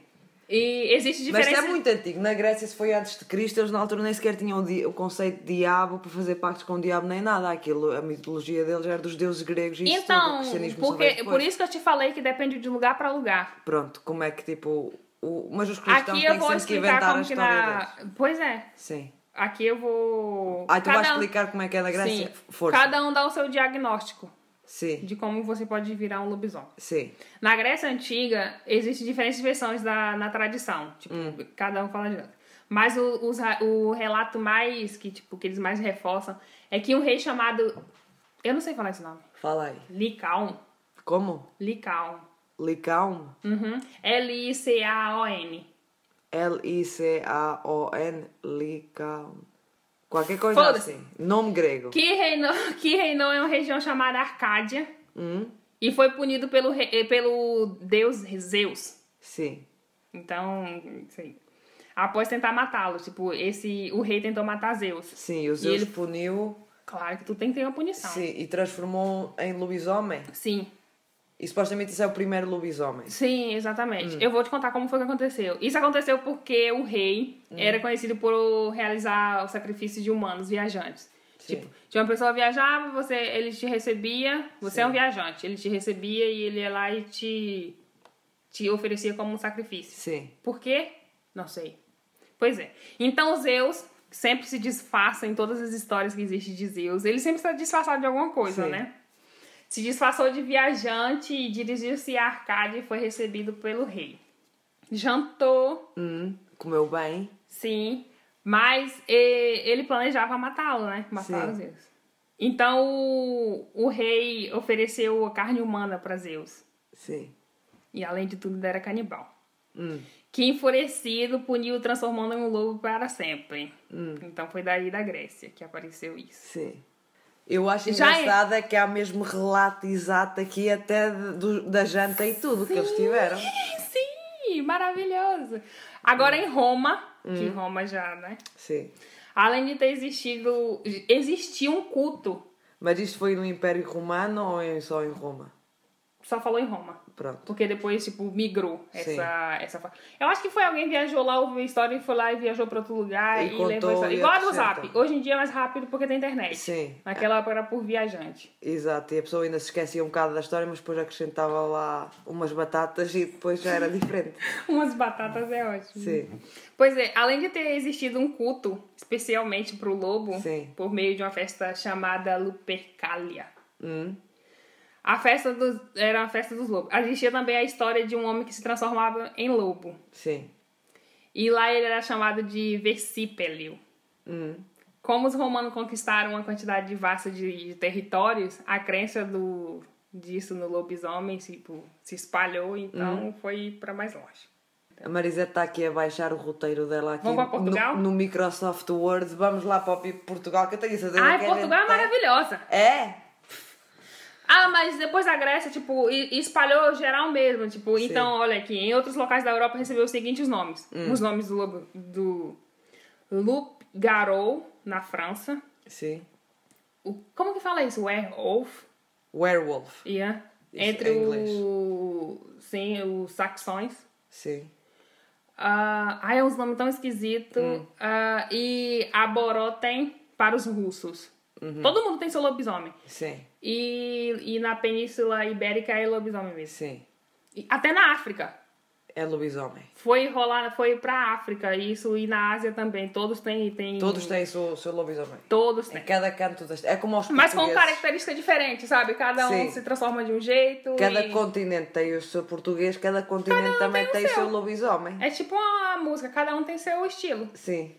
Speaker 1: E existe
Speaker 2: Mas
Speaker 1: diferença.
Speaker 2: isso é muito antigo. Na Grécia, se foi antes de Cristo, eles na altura nem sequer tinham o, di- o conceito de diabo para fazer pactos com o diabo nem nada. Aquilo, a mitologia deles era dos deuses gregos e isso tudo. O
Speaker 1: Então,
Speaker 2: cristianismo só veio
Speaker 1: porque,
Speaker 2: depois.
Speaker 1: por isso que eu te falei que depende de lugar para lugar.
Speaker 2: Pronto, como é que tipo. O, mas os cristãos
Speaker 1: Aqui
Speaker 2: têm
Speaker 1: eu vou
Speaker 2: sempre que
Speaker 1: explicar
Speaker 2: inventar a
Speaker 1: como que
Speaker 2: história
Speaker 1: na.
Speaker 2: deles.
Speaker 1: Pois é.
Speaker 2: Sim.
Speaker 1: Aqui eu vou.
Speaker 2: Ah, tu vais
Speaker 1: Cada um-
Speaker 2: explicar como é que é na Grécia?
Speaker 1: Sim.
Speaker 2: Força.
Speaker 1: Cada um dá o seu diagnóstico
Speaker 2: Sim,
Speaker 1: de como você pode virar um lobisomem.
Speaker 2: sim.
Speaker 1: Na Grécia Antiga, existem diferentes versões da, na tradição. Tipo,
Speaker 2: Hum.
Speaker 1: cada um fala de outra. Mas o, os ra- o relato mais que, tipo, que eles mais reforçam é que um rei chamado. Eu não sei falar esse nome.
Speaker 2: Fala aí.
Speaker 1: Licaon.
Speaker 2: Como?
Speaker 1: Licaon.
Speaker 2: Licaon?
Speaker 1: Uhum. L-I-C-A-O-N.
Speaker 2: L-I-C-A-O-N. Licaon. Qualquer coisa
Speaker 1: Foda-se.
Speaker 2: assim. Nome grego.
Speaker 1: Que reinou, que reinou em uma região chamada Arcádia
Speaker 2: Hum?
Speaker 1: e foi punido pelo, re- eh, pelo deus Zeus.
Speaker 2: Sim.
Speaker 1: Então, isso aí. Após tentar matá-lo, tipo, esse o rei tentou matar Zeus.
Speaker 2: Sim, o Zeus
Speaker 1: ele- Tá.
Speaker 2: puniu
Speaker 1: Claro que tu tem que ter uma punição.
Speaker 2: sim, e transformou em lobisomem.
Speaker 1: Sim,
Speaker 2: E supostamente isso é o primeiro lobisomem.
Speaker 1: Sim,
Speaker 2: Hum.
Speaker 1: exatamente. Eu vou te contar como foi que aconteceu. Isso aconteceu porque o rei
Speaker 2: Hum.
Speaker 1: era conhecido por realizar o sacrifício de humanos viajantes.
Speaker 2: Sim.
Speaker 1: Tipo, tinha uma pessoa viajava, você, ele te recebia, você é um viajante, ele te recebia e ele ia lá e te, te oferecia como um sacrifício.
Speaker 2: Sim.
Speaker 1: Por quê? Não sei. Pois é. Então Zeus sempre se disfarça em todas as histórias que existem de Zeus. Ele sempre está disfarçado de alguma coisa,
Speaker 2: Sim.
Speaker 1: né? Se disfarçou de viajante e dirigiu-se à Arcádia e foi recebido pelo rei. Jantou,
Speaker 2: Hum, comeu bem.
Speaker 1: sim, mas eh, ele planejava matá-lo, né? Matar
Speaker 2: Sim.
Speaker 1: o Zeus. Então o, o rei ofereceu a carne humana para Zeus.
Speaker 2: Sim.
Speaker 1: E além de tudo, ele era canibal.
Speaker 2: Hum,
Speaker 1: que enfurecido puniu transformando em um lobo para sempre. Então foi daí da Grécia que apareceu isso.
Speaker 2: sim. Eu acho
Speaker 1: Já é-
Speaker 2: engraçado é que há mesmo relato exato aqui até de- do- da janta e tudo que eles tiveram.
Speaker 1: Sim, maravilhoso. Agora em Roma, que Roma já, né?
Speaker 2: Sim.
Speaker 1: Além de ter existido, existia um culto,
Speaker 2: Mas isto foi no Império Romano ou em- só em Roma?
Speaker 1: só falou em Roma.
Speaker 2: Pronto.
Speaker 1: Porque depois, tipo, migrou
Speaker 2: Sim.
Speaker 1: essa, essa fa- Eu acho que foi alguém que viajou lá, ouviu a história e foi lá e viajou pra outro lugar
Speaker 2: E
Speaker 1: e, levou
Speaker 2: contou
Speaker 1: a história.
Speaker 2: e
Speaker 1: Igual a do
Speaker 2: acrescenta.
Speaker 1: Zap. Hoje em dia é mais rápido porque tem internet.
Speaker 2: Sim.
Speaker 1: Naquela época era por viajante.
Speaker 2: Exato, e a pessoa ainda se esquecia um bocado da história, mas depois acrescentava lá umas batatas e depois já era diferente.
Speaker 1: Umas batatas é ótimo.
Speaker 2: Sim,
Speaker 1: Pois é, além de ter existido um culto especialmente para o lobo,
Speaker 2: Sim.
Speaker 1: por meio de uma festa chamada Lupercalia.
Speaker 2: Hum,
Speaker 1: A festa dos, era a festa dos lobos. Existia também a história de um homem que se transformava em lobo.
Speaker 2: sim.
Speaker 1: E lá ele era chamado de Versipelio.
Speaker 2: Hum.
Speaker 1: Como os romanos conquistaram uma quantidade vasta de, de territórios, a crença do, disso no lobisomem tipo, se espalhou, então
Speaker 2: Uhum.
Speaker 1: foi para mais longe.
Speaker 2: A Marisete está aqui a baixar o roteiro dela aqui
Speaker 1: Vamos para Portugal?
Speaker 2: No, no Microsoft Word. Vamos lá para o Pi- Portugal, que eu tenho certeza
Speaker 1: Ah,
Speaker 2: que a
Speaker 1: Portugal é
Speaker 2: gente tem.
Speaker 1: maravilhosa!
Speaker 2: É?
Speaker 1: Ah, mas depois da Grécia, tipo, e- e espalhou geral mesmo, tipo,
Speaker 2: Sim.
Speaker 1: então, olha aqui, em outros locais da Europa recebeu os seguintes nomes.
Speaker 2: Hum.
Speaker 1: Os nomes do lobo, do Loup Garou, na França.
Speaker 2: Sim.
Speaker 1: O, como que fala isso? Werewolf?
Speaker 2: Werewolf.
Speaker 1: Ian?
Speaker 2: Isso
Speaker 1: Entre
Speaker 2: é inglês.
Speaker 1: o... Sim, os saxões.
Speaker 2: Sim.
Speaker 1: Ah, ai, é uns nomes tão esquisitos.
Speaker 2: Hum.
Speaker 1: Ah, e Aborotem para os russos.
Speaker 2: Uhum.
Speaker 1: Todo mundo tem seu lobisomem.
Speaker 2: Sim.
Speaker 1: E, e na Península Ibérica é lobisomem mesmo.
Speaker 2: Sim.
Speaker 1: E Até na África.
Speaker 2: É lobisomem.
Speaker 1: Foi rolar, foi pra África, isso, e na Ásia também. Todos têm. têm
Speaker 2: Todos têm o seu, seu lobisomem.
Speaker 1: Todos
Speaker 2: Em
Speaker 1: têm.
Speaker 2: cada canto das... É como aos
Speaker 1: Mas com um
Speaker 2: portugueses.
Speaker 1: características diferentes, sabe? Cada um
Speaker 2: Sim.
Speaker 1: se transforma de um jeito.
Speaker 2: Cada
Speaker 1: e-
Speaker 2: continente tem o seu português, cada continente também
Speaker 1: um tem o
Speaker 2: tem o seu
Speaker 1: seu.
Speaker 2: lobisomem.
Speaker 1: É tipo uma música, cada um tem seu estilo.
Speaker 2: Sim.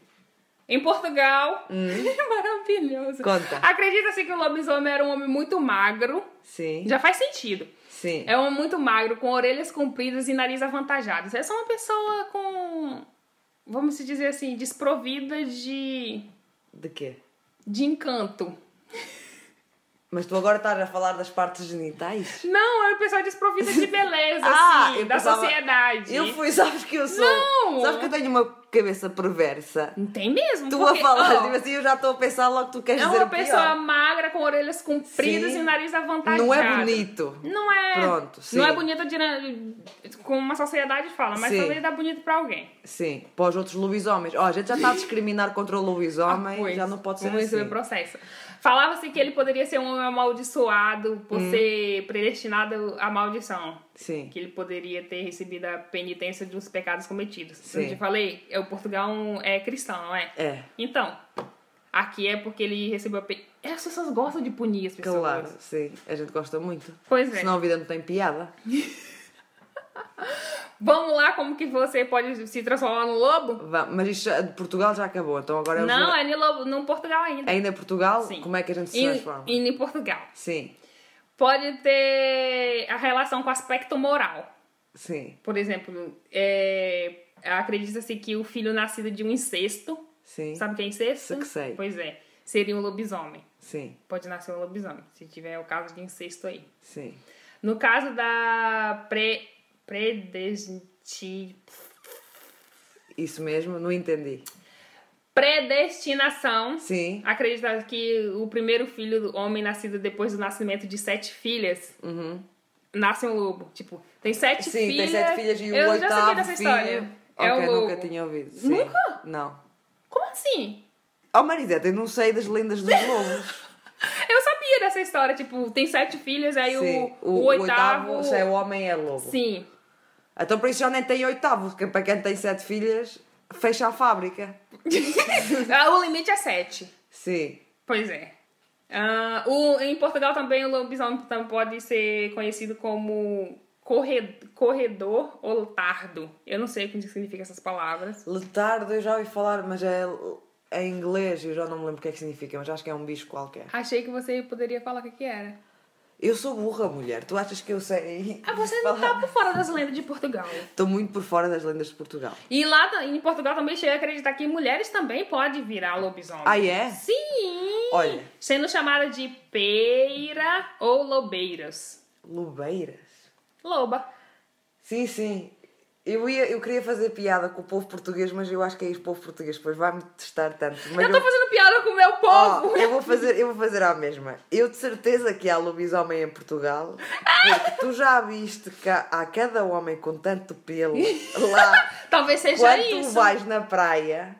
Speaker 1: Em Portugal. Maravilhoso.
Speaker 2: Hum. Conta.
Speaker 1: Acredita-se que o lobisomem era um homem muito magro.
Speaker 2: Sim.
Speaker 1: Já faz sentido.
Speaker 2: Sim.
Speaker 1: É um homem muito magro, com orelhas compridas e nariz avantajado. Essa é uma pessoa com. Vamos dizer assim, desprovida de.
Speaker 2: De quê?
Speaker 1: de encanto.
Speaker 2: Mas tu agora estás a falar das partes genitais?
Speaker 1: Não, é o pessoal desprovida de beleza,
Speaker 2: Ah,
Speaker 1: assim,
Speaker 2: eu
Speaker 1: da
Speaker 2: pensava-
Speaker 1: sociedade.
Speaker 2: Eu fui, sabes que eu sou.
Speaker 1: Não!
Speaker 2: Sabes que eu tenho uma cabeça perversa.
Speaker 1: Não tem mesmo.
Speaker 2: Tu
Speaker 1: porque,
Speaker 2: a falar,
Speaker 1: ó,
Speaker 2: tipo assim, eu já estou a pensar logo que tu queres
Speaker 1: é
Speaker 2: dizer
Speaker 1: uma
Speaker 2: o
Speaker 1: pessoa
Speaker 2: pior.
Speaker 1: magra, com orelhas compridas
Speaker 2: Sim.
Speaker 1: e o nariz avantajado.
Speaker 2: Não é bonito.
Speaker 1: Não é.
Speaker 2: Pronto, sim.
Speaker 1: Não é bonito de- com uma sociedade fala, mas
Speaker 2: Sim.
Speaker 1: talvez dá bonito pra alguém.
Speaker 2: Sim, para os outros lobisomens. Ó, a gente já está a discriminar contra o
Speaker 1: Ah,
Speaker 2: lobisomem,
Speaker 1: pois.
Speaker 2: já não pode ser
Speaker 1: Vamos
Speaker 2: assim.
Speaker 1: receber processo. Falava-se que ele poderia ser um homem amaldiçoado por
Speaker 2: Hum.
Speaker 1: ser predestinado à maldição.
Speaker 2: Sim,
Speaker 1: que ele poderia ter recebido a penitência dos pecados cometidos. Como
Speaker 2: Sim.
Speaker 1: eu te falei, é o Portugal um- é cristão, não é?
Speaker 2: É,
Speaker 1: Então, aqui é porque ele recebeu. a pe- É, As pessoas gostam de punir as pessoas.
Speaker 2: claro, sim. A gente gosta muito.
Speaker 1: Pois é.
Speaker 2: Senão a vida não tem piada.
Speaker 1: Vamos lá, como que você pode se transformar no lobo?
Speaker 2: Vá, Mas isto já- de Portugal já acabou, então agora é o
Speaker 1: Não,
Speaker 2: jornal-
Speaker 1: é no lobo, no Portugal ainda.
Speaker 2: Ainda Portugal,
Speaker 1: Sim.
Speaker 2: como é que a gente se
Speaker 1: E-
Speaker 2: transforma?
Speaker 1: e em Portugal.
Speaker 2: Sim,
Speaker 1: Pode ter a relação com o aspecto moral.
Speaker 2: sim,
Speaker 1: Por exemplo, é, acredita-se que o filho nascido de um incesto,
Speaker 2: sim,
Speaker 1: sabe o que é incesto?
Speaker 2: Sei que sei.
Speaker 1: Pois é, seria um lobisomem.
Speaker 2: sim,
Speaker 1: Pode nascer um lobisomem, se tiver o caso de incesto aí.
Speaker 2: sim.
Speaker 1: No caso da pre... predesti-
Speaker 2: Isso mesmo, não entendi.
Speaker 1: predestinação,
Speaker 2: Sim,
Speaker 1: acredita que o primeiro filho do homem nascido depois do nascimento de sete filhas
Speaker 2: uhum.
Speaker 1: nasce um lobo. Tipo, tem sete
Speaker 2: sim,
Speaker 1: filhas.
Speaker 2: tem sete filhas e o
Speaker 1: Eu já sabia
Speaker 2: oitavo
Speaker 1: dessa
Speaker 2: filho.
Speaker 1: história. É
Speaker 2: ok,
Speaker 1: o lobo.
Speaker 2: nunca tinha ouvido. Sim.
Speaker 1: Nunca?
Speaker 2: Não.
Speaker 1: Como assim?
Speaker 2: Oh, Mariseta, eu não sei das lendas dos lobos.
Speaker 1: Eu sabia dessa história, tipo, tem sete filhos, aí
Speaker 2: Sim,
Speaker 1: o, o oitavo.
Speaker 2: se é o homem, é lobo.
Speaker 1: Sim,
Speaker 2: Então por isso já nem tem oitavo, porque para quem tem sete filhas, fecha a fábrica.
Speaker 1: Ah, o limite é sete.
Speaker 2: Sim,
Speaker 1: Pois é. Ah, o, em Portugal também o lobisomem tam- pode ser conhecido como corredor, corredor ou tardo. Eu não sei o que significa essas palavras.
Speaker 2: letardo eu já ouvi falar, mas é, é em inglês, eu já não me lembro o que é que significa, mas acho que é um bicho qualquer.
Speaker 1: Achei que você poderia falar o que, que era.
Speaker 2: Eu sou burra, mulher, tu achas que eu sei?
Speaker 1: Ah, você não tá por fora das lendas de Portugal.
Speaker 2: Estou muito por fora das lendas de Portugal.
Speaker 1: E lá ta- em Portugal também cheguei a acreditar que mulheres também podem virar lobisomem.
Speaker 2: Ah, é?
Speaker 1: Sim!
Speaker 2: Olha.
Speaker 1: Sendo chamada de peira ou lobeiras.
Speaker 2: Lobeiras?
Speaker 1: Loba.
Speaker 2: Sim, sim. Eu, ia, eu queria fazer piada com o povo português, mas eu acho que é isso, povo português, pois vai-me testar tanto. Mas
Speaker 1: eu tô fazendo piada com o meu povo!
Speaker 2: Oh, eu vou fazer, eu vou fazer à mesma. Eu de certeza que há lobisomem em Portugal, porque tu já viste que há, há cada homem com tanto pelo lá.
Speaker 1: Talvez seja
Speaker 2: Quando tu
Speaker 1: É isso.
Speaker 2: vais na praia,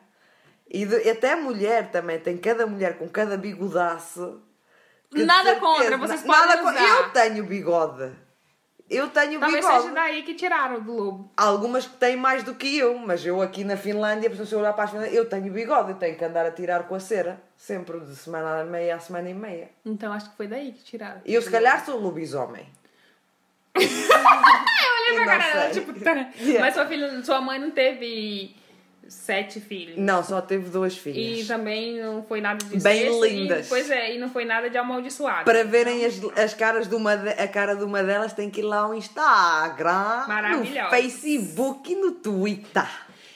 Speaker 2: e, de- e até a mulher também, tem cada mulher com cada bigodaço. que de
Speaker 1: Nada
Speaker 2: certeza-
Speaker 1: contra, vocês
Speaker 2: na- nada
Speaker 1: podem
Speaker 2: con-
Speaker 1: usar.
Speaker 2: Eu tenho bigode. Eu tenho
Speaker 1: Talvez
Speaker 2: bigode.
Speaker 1: seja daí que tiraram do lobo.
Speaker 2: Há algumas que têm mais do que eu, mas eu aqui na Finlândia, por exemplo, se eu olhar para as Finlândia, eu tenho bigode, eu tenho que andar a tirar com a cera, sempre de semana a meia a semana e meia.
Speaker 1: Então acho que foi daí que tiraram.
Speaker 2: E eu se calhar sou lobisomem.
Speaker 1: Eu olhei
Speaker 2: eu
Speaker 1: pra
Speaker 2: não
Speaker 1: cara dela,
Speaker 2: sei.
Speaker 1: tipo, tá.
Speaker 2: Yeah.
Speaker 1: Mas sua, filha, sua mãe não teve sete filhos.
Speaker 2: Não, só teve duas
Speaker 1: E
Speaker 2: filhas.
Speaker 1: também não foi nada de
Speaker 2: Bem
Speaker 1: incesto, e-
Speaker 2: lindas.
Speaker 1: pois é, e não foi nada de amaldiçoado.
Speaker 2: Para verem as, as caras de uma de- a cara de uma delas, tem que ir lá ao Instagram,
Speaker 1: Maravilhosa.
Speaker 2: no Facebook e no Twitter.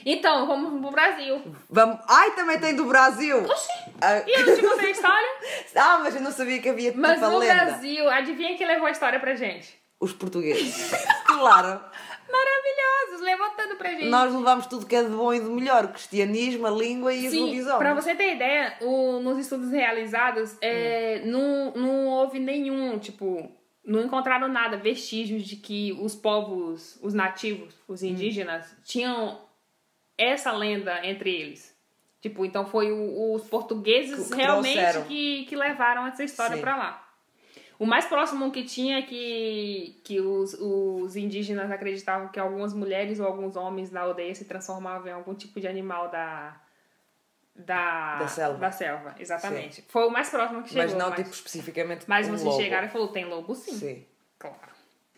Speaker 1: Então, vamos pro Brasil.
Speaker 2: Vamos... Ai, também tem do Brasil!
Speaker 1: Oxi!
Speaker 2: Ah,
Speaker 1: E eu não te contei a história?
Speaker 2: ah, mas eu não sabia que havia tipo
Speaker 1: Mas
Speaker 2: a
Speaker 1: no
Speaker 2: lenda.
Speaker 1: Brasil, adivinha quem levou a história pra gente?
Speaker 2: Os portugueses. claro.
Speaker 1: Maravilhosos, levantando pra gente.
Speaker 2: Nós levamos tudo que é de bom e de melhor: o cristianismo, a língua e os
Speaker 1: Sim,
Speaker 2: lobisomens.
Speaker 1: pra você ter ideia, o- nos estudos realizados, é,
Speaker 2: Hum.
Speaker 1: não, não houve nenhum, tipo, não encontraram nada, vestígios de que os povos, os nativos,
Speaker 2: Hum.
Speaker 1: os indígenas, tinham essa lenda entre eles. Tipo, então foi o- os portugueses
Speaker 2: Que- que
Speaker 1: realmente
Speaker 2: trouxeram.
Speaker 1: que, que levaram essa história
Speaker 2: Sim.
Speaker 1: pra lá. O mais próximo que tinha é que, que os, os indígenas acreditavam que algumas mulheres ou alguns homens da aldeia se transformavam em algum tipo de animal da. Da,
Speaker 2: Da selva.
Speaker 1: da selva, exatamente. Foi o mais próximo que chegou.
Speaker 2: mas não tipo especificamente.
Speaker 1: mas
Speaker 2: um
Speaker 1: vocês
Speaker 2: lobo.
Speaker 1: chegaram e falou: tem lobo sim.
Speaker 2: Sim.
Speaker 1: Claro.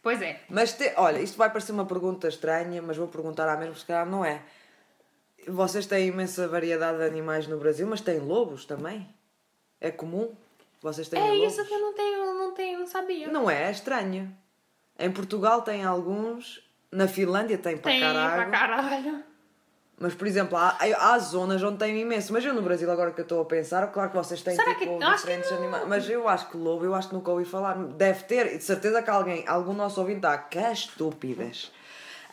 Speaker 1: Pois é.
Speaker 2: Mas te- olha, isto vai parecer uma pergunta estranha, mas vou perguntar à mesma, se calhar não é. Vocês têm imensa variedade de animais no Brasil, mas têm lobos também? É comum? Vocês têm
Speaker 1: É
Speaker 2: lobos?
Speaker 1: isso que eu não tenho, não tenho, não sabia.
Speaker 2: Não é, é estranho. Em Portugal tem alguns, na Finlândia tem para
Speaker 1: tem
Speaker 2: caralho.
Speaker 1: pra caralho.
Speaker 2: Mas, por exemplo, há, há zonas onde tem imenso. Mas eu no Brasil, agora que eu estou a pensar, claro que vocês têm
Speaker 1: Será que-
Speaker 2: tipo,
Speaker 1: eu acho que
Speaker 2: diferentes
Speaker 1: não.
Speaker 2: animais. Mas eu acho que lobo, eu acho que nunca ouvi falar. Deve ter, e de certeza que alguém, algum nosso ouvinte está, que estúpidas.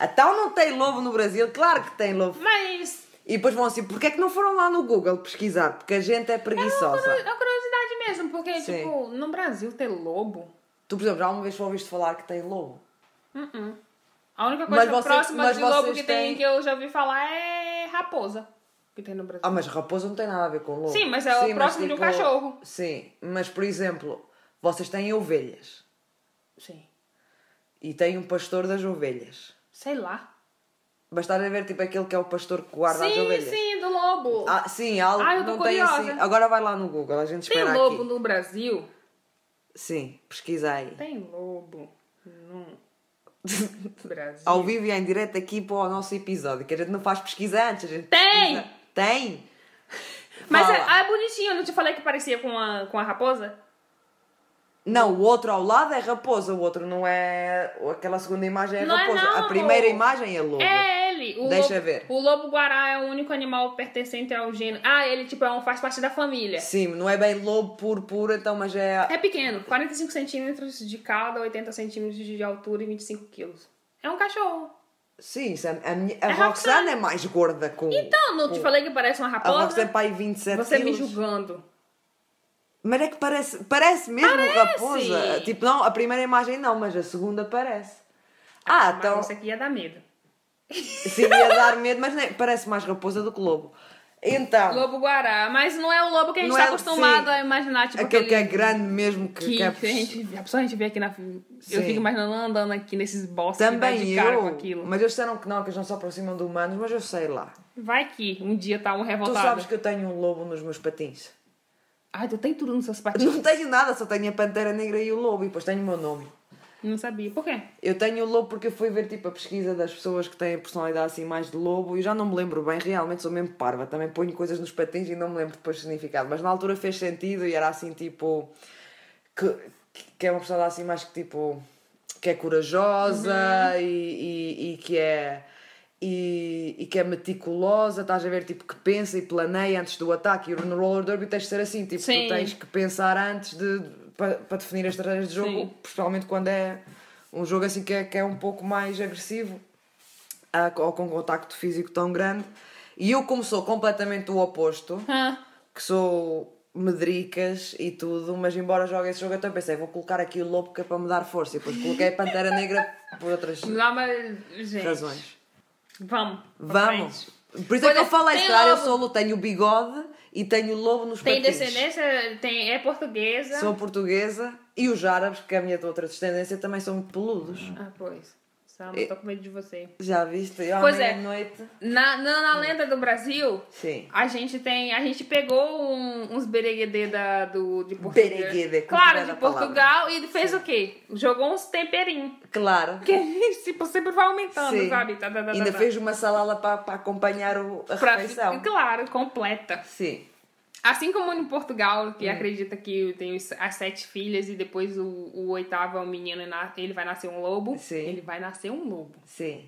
Speaker 2: Então não tem lobo no Brasil? Claro que tem lobo.
Speaker 1: Mas
Speaker 2: E depois vão assim, porque é que não foram lá no Google pesquisar? Porque a gente é
Speaker 1: é uma
Speaker 2: preguiçosa.
Speaker 1: curiosidade mesmo, porque,
Speaker 2: Sim.
Speaker 1: tipo, no Brasil ter lobo.
Speaker 2: Tu, por exemplo, já uma vez ouviste falar que tem lobo?
Speaker 1: Uh-uh. A única coisa
Speaker 2: Mas você-
Speaker 1: próxima
Speaker 2: mas
Speaker 1: de lobo
Speaker 2: vocês
Speaker 1: que tem
Speaker 2: têm-
Speaker 1: que eu já ouvi falar é raposa. Que tem no Brasil.
Speaker 2: Ah, mas raposa não tem nada a ver com lobo. tipo,
Speaker 1: Sim, mas é o próximo de um cachorro.
Speaker 2: Sim, mas por exemplo, vocês têm ovelhas.
Speaker 1: Sim.
Speaker 2: E tem um pastor das ovelhas.
Speaker 1: Sei lá.
Speaker 2: Bastar a ver, tipo, aquele que é o pastor que guarda as
Speaker 1: Sim,
Speaker 2: ovelhas.
Speaker 1: sim, do lobo.
Speaker 2: Ah, sim, algo
Speaker 1: Ah, eu
Speaker 2: que
Speaker 1: tô
Speaker 2: não tem assim.
Speaker 1: curiosa.
Speaker 2: Agora vai lá no Google, a gente
Speaker 1: Tem
Speaker 2: espera
Speaker 1: lobo
Speaker 2: aqui.
Speaker 1: no Brasil?
Speaker 2: Sim, pesquisa aí.
Speaker 1: Tem lobo no Brasil.
Speaker 2: Ao vivo e em direto aqui para o nosso episódio, que a gente não faz pesquisa antes. A gente
Speaker 1: Tem!
Speaker 2: pesquisa- Tem!
Speaker 1: Mas é,
Speaker 2: Fala.
Speaker 1: ah, é bonitinho, eu não te falei que parecia com a, com a raposa?
Speaker 2: Não, o outro ao lado é raposa, o outro não é. Aquela segunda imagem é
Speaker 1: Não é
Speaker 2: raposa.
Speaker 1: não,
Speaker 2: a primeira
Speaker 1: amor.
Speaker 2: imagem é lobo.
Speaker 1: É ele. O
Speaker 2: Deixa
Speaker 1: lobo,
Speaker 2: ver.
Speaker 1: O lobo guará é o único animal pertencente ao gênero. Ah, ele tipo é um, faz parte da família.
Speaker 2: Sim, não é bem lobo puro, puro, então, mas é.
Speaker 1: É pequeno, 45 centímetros de cauda, 80 centímetros de altura e 25 quilos. É um cachorro.
Speaker 2: Sim, isso é- a, minha- a
Speaker 1: É
Speaker 2: Roxana,
Speaker 1: Roxana.
Speaker 2: é mais gorda com.
Speaker 1: Então, não te falei que parece uma
Speaker 2: a Roxana
Speaker 1: raposa?
Speaker 2: é pai 27
Speaker 1: Você me
Speaker 2: quilos.
Speaker 1: julgando.
Speaker 2: Mas é que parece, parece mesmo raposa. Tipo, não, a primeira imagem não, mas a segunda parece. Ah,
Speaker 1: Mas
Speaker 2: então
Speaker 1: isso aqui ia dar medo.
Speaker 2: sim, ia dar medo, mas nem, parece mais raposa do que lobo. Então,
Speaker 1: Lobo guará, mas não é o lobo que a gente
Speaker 2: Não
Speaker 1: está
Speaker 2: é-
Speaker 1: acostumado
Speaker 2: sim.
Speaker 1: a imaginar, tipo
Speaker 2: aquele que é grande mesmo que,
Speaker 1: que,
Speaker 2: que é-
Speaker 1: que a gente, a pessoa a gente vê aqui na eu
Speaker 2: Sim.
Speaker 1: fico imaginando andando aqui nesses bosques vai
Speaker 2: Também
Speaker 1: de cara com
Speaker 2: eu,
Speaker 1: aquilo.
Speaker 2: mas eles disseram que não, que eles não se aproximam de humanos, mas eu sei lá.
Speaker 1: Vai que um dia tá um
Speaker 2: Tu
Speaker 1: revoltado.
Speaker 2: sabes que eu tenho um lobo nos meus patins.
Speaker 1: Ai, tu tem tudo nos seus patins.
Speaker 2: Não tenho nada, só tenho a pantera negra e o lobo, e depois tenho o meu nome.
Speaker 1: Não sabia. Por quê?
Speaker 2: Eu tenho o lobo porque eu fui ver tipo a pesquisa das pessoas que têm a personalidade assim mais de lobo e já não me lembro bem, realmente sou mesmo parva. Também ponho coisas nos patins e não me lembro depois do significado, mas na altura fez sentido e era assim tipo que, que é uma personalidade assim mais que tipo que é corajosa e, e, e que é e, e que é meticulosa, estás a ver tipo que pensa e planeia antes do ataque e no roller derby tens de ser assim, tipo
Speaker 1: Sim.
Speaker 2: tu tens que pensar antes de para, para definir as estratégias de jogo,
Speaker 1: Sim.
Speaker 2: principalmente quando é um jogo assim que é, que é um pouco mais agressivo ah, ou com contacto físico tão grande. E eu como sou completamente o oposto,
Speaker 1: Hã?
Speaker 2: que sou medricas e tudo, mas embora jogue esse jogo, eu também pensei, vou colocar aqui o lobo que é para me dar força e depois coloquei a Pantera Negra por outras
Speaker 1: Não, mas, gente,
Speaker 2: razões.
Speaker 1: Vamos. pra
Speaker 2: Vamos!
Speaker 1: frente.
Speaker 2: Por isso é que
Speaker 1: Pois
Speaker 2: eu
Speaker 1: é,
Speaker 2: falei,
Speaker 1: tem
Speaker 2: se calhar eu
Speaker 1: lobo.
Speaker 2: sou lobo, tenho bigode e tenho lobo nos
Speaker 1: Tem
Speaker 2: patins.
Speaker 1: descendência, tem, é portuguesa.
Speaker 2: Sou portuguesa e os árabes, que é a minha outra descendência, também são muito peludos.
Speaker 1: Ah, pois. Sama, tô com medo de você.
Speaker 2: Já viste? Eu à
Speaker 1: Pois é.
Speaker 2: meia-noite...
Speaker 1: Na, na, na lenda do Brasil,
Speaker 2: Sim.
Speaker 1: a gente tem. A gente pegou um- uns bereguedê da, do, de Portugal.
Speaker 2: Bereguedê, como
Speaker 1: Claro,
Speaker 2: era
Speaker 1: de
Speaker 2: a palavra.
Speaker 1: Portugal. E fez o quê? Jogou uns temperinhos.
Speaker 2: Claro.
Speaker 1: Que a gente tipo, sempre vai aumentando,
Speaker 2: Sim.
Speaker 1: sabe? Tá, tá, tá,
Speaker 2: Ainda
Speaker 1: tá,
Speaker 2: fez uma salada para, para acompanhar o, a
Speaker 1: tá. Pra-
Speaker 2: refeição.
Speaker 1: Claro, completa.
Speaker 2: Sim.
Speaker 1: Assim como em Portugal,
Speaker 2: Hum.
Speaker 1: que acredita que tem os- as sete filhas e depois o, o oitavo é um menino e na- ele vai nascer um lobo.
Speaker 2: Sim.
Speaker 1: Ele vai nascer um lobo.
Speaker 2: Sim.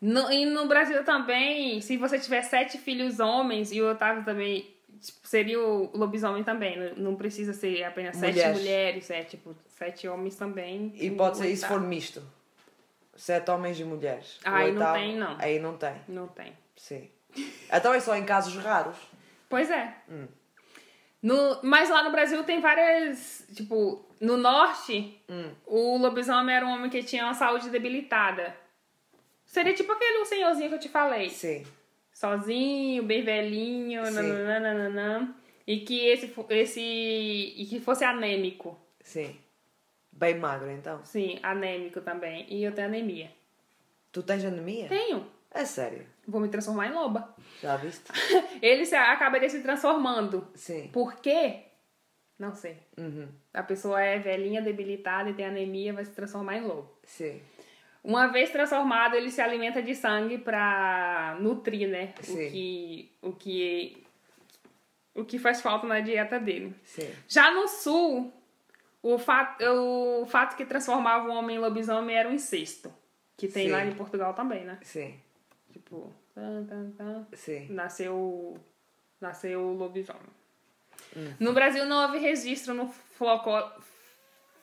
Speaker 1: No, e no Brasil também, se você tiver sete filhos homens e o oitavo também tipo, seria o lobisomem também. Não, não precisa ser apenas sete
Speaker 2: Mulheres.
Speaker 1: mulheres, é tipo sete homens também. um
Speaker 2: E
Speaker 1: o
Speaker 2: pode ser, e se for
Speaker 1: oitavo-
Speaker 2: misto? Sete homens e mulheres. O
Speaker 1: Ah, Aí não tem, não.
Speaker 2: Aí não tem,
Speaker 1: Não tem.
Speaker 2: sim. Então é só em casos raros.
Speaker 1: Pois é.
Speaker 2: Hum.
Speaker 1: No, mas lá no Brasil tem várias. Tipo, no norte,
Speaker 2: Hum.
Speaker 1: o lobisomem era um homem que tinha uma saúde debilitada. Seria tipo aquele senhorzinho que eu te falei.
Speaker 2: Sim.
Speaker 1: Sozinho, bem velhinho,
Speaker 2: Sim.
Speaker 1: nananana. E que esse, fo- esse. E que fosse anêmico.
Speaker 2: Sim. Bem magro, então.
Speaker 1: Sim, anêmico também. E eu tenho anemia.
Speaker 2: Tu tens anemia?
Speaker 1: Tenho.
Speaker 2: É sério.
Speaker 1: Vou me transformar em loba.
Speaker 2: Já viste?
Speaker 1: Ele se, acabaria se transformando.
Speaker 2: Sim.
Speaker 1: Por quê? Não sei.
Speaker 2: Uhum.
Speaker 1: A pessoa é velhinha, debilitada e tem anemia, vai se transformar em lobo.
Speaker 2: Sim.
Speaker 1: Uma vez transformado, ele se alimenta de sangue pra nutrir, né?
Speaker 2: Sim.
Speaker 1: O que, o que o que faz falta na dieta dele.
Speaker 2: Sim.
Speaker 1: Já no sul, o fato, o fato que transformava o homem em lobisomem era o incesto, que tem
Speaker 2: Sim.
Speaker 1: lá em Portugal também, né?
Speaker 2: Sim.
Speaker 1: Tipo, tan, tan, tan,
Speaker 2: Sim.
Speaker 1: nasceu nasceu o lobisomem.
Speaker 2: Uhum.
Speaker 1: No Brasil não houve registro no floco-
Speaker 2: No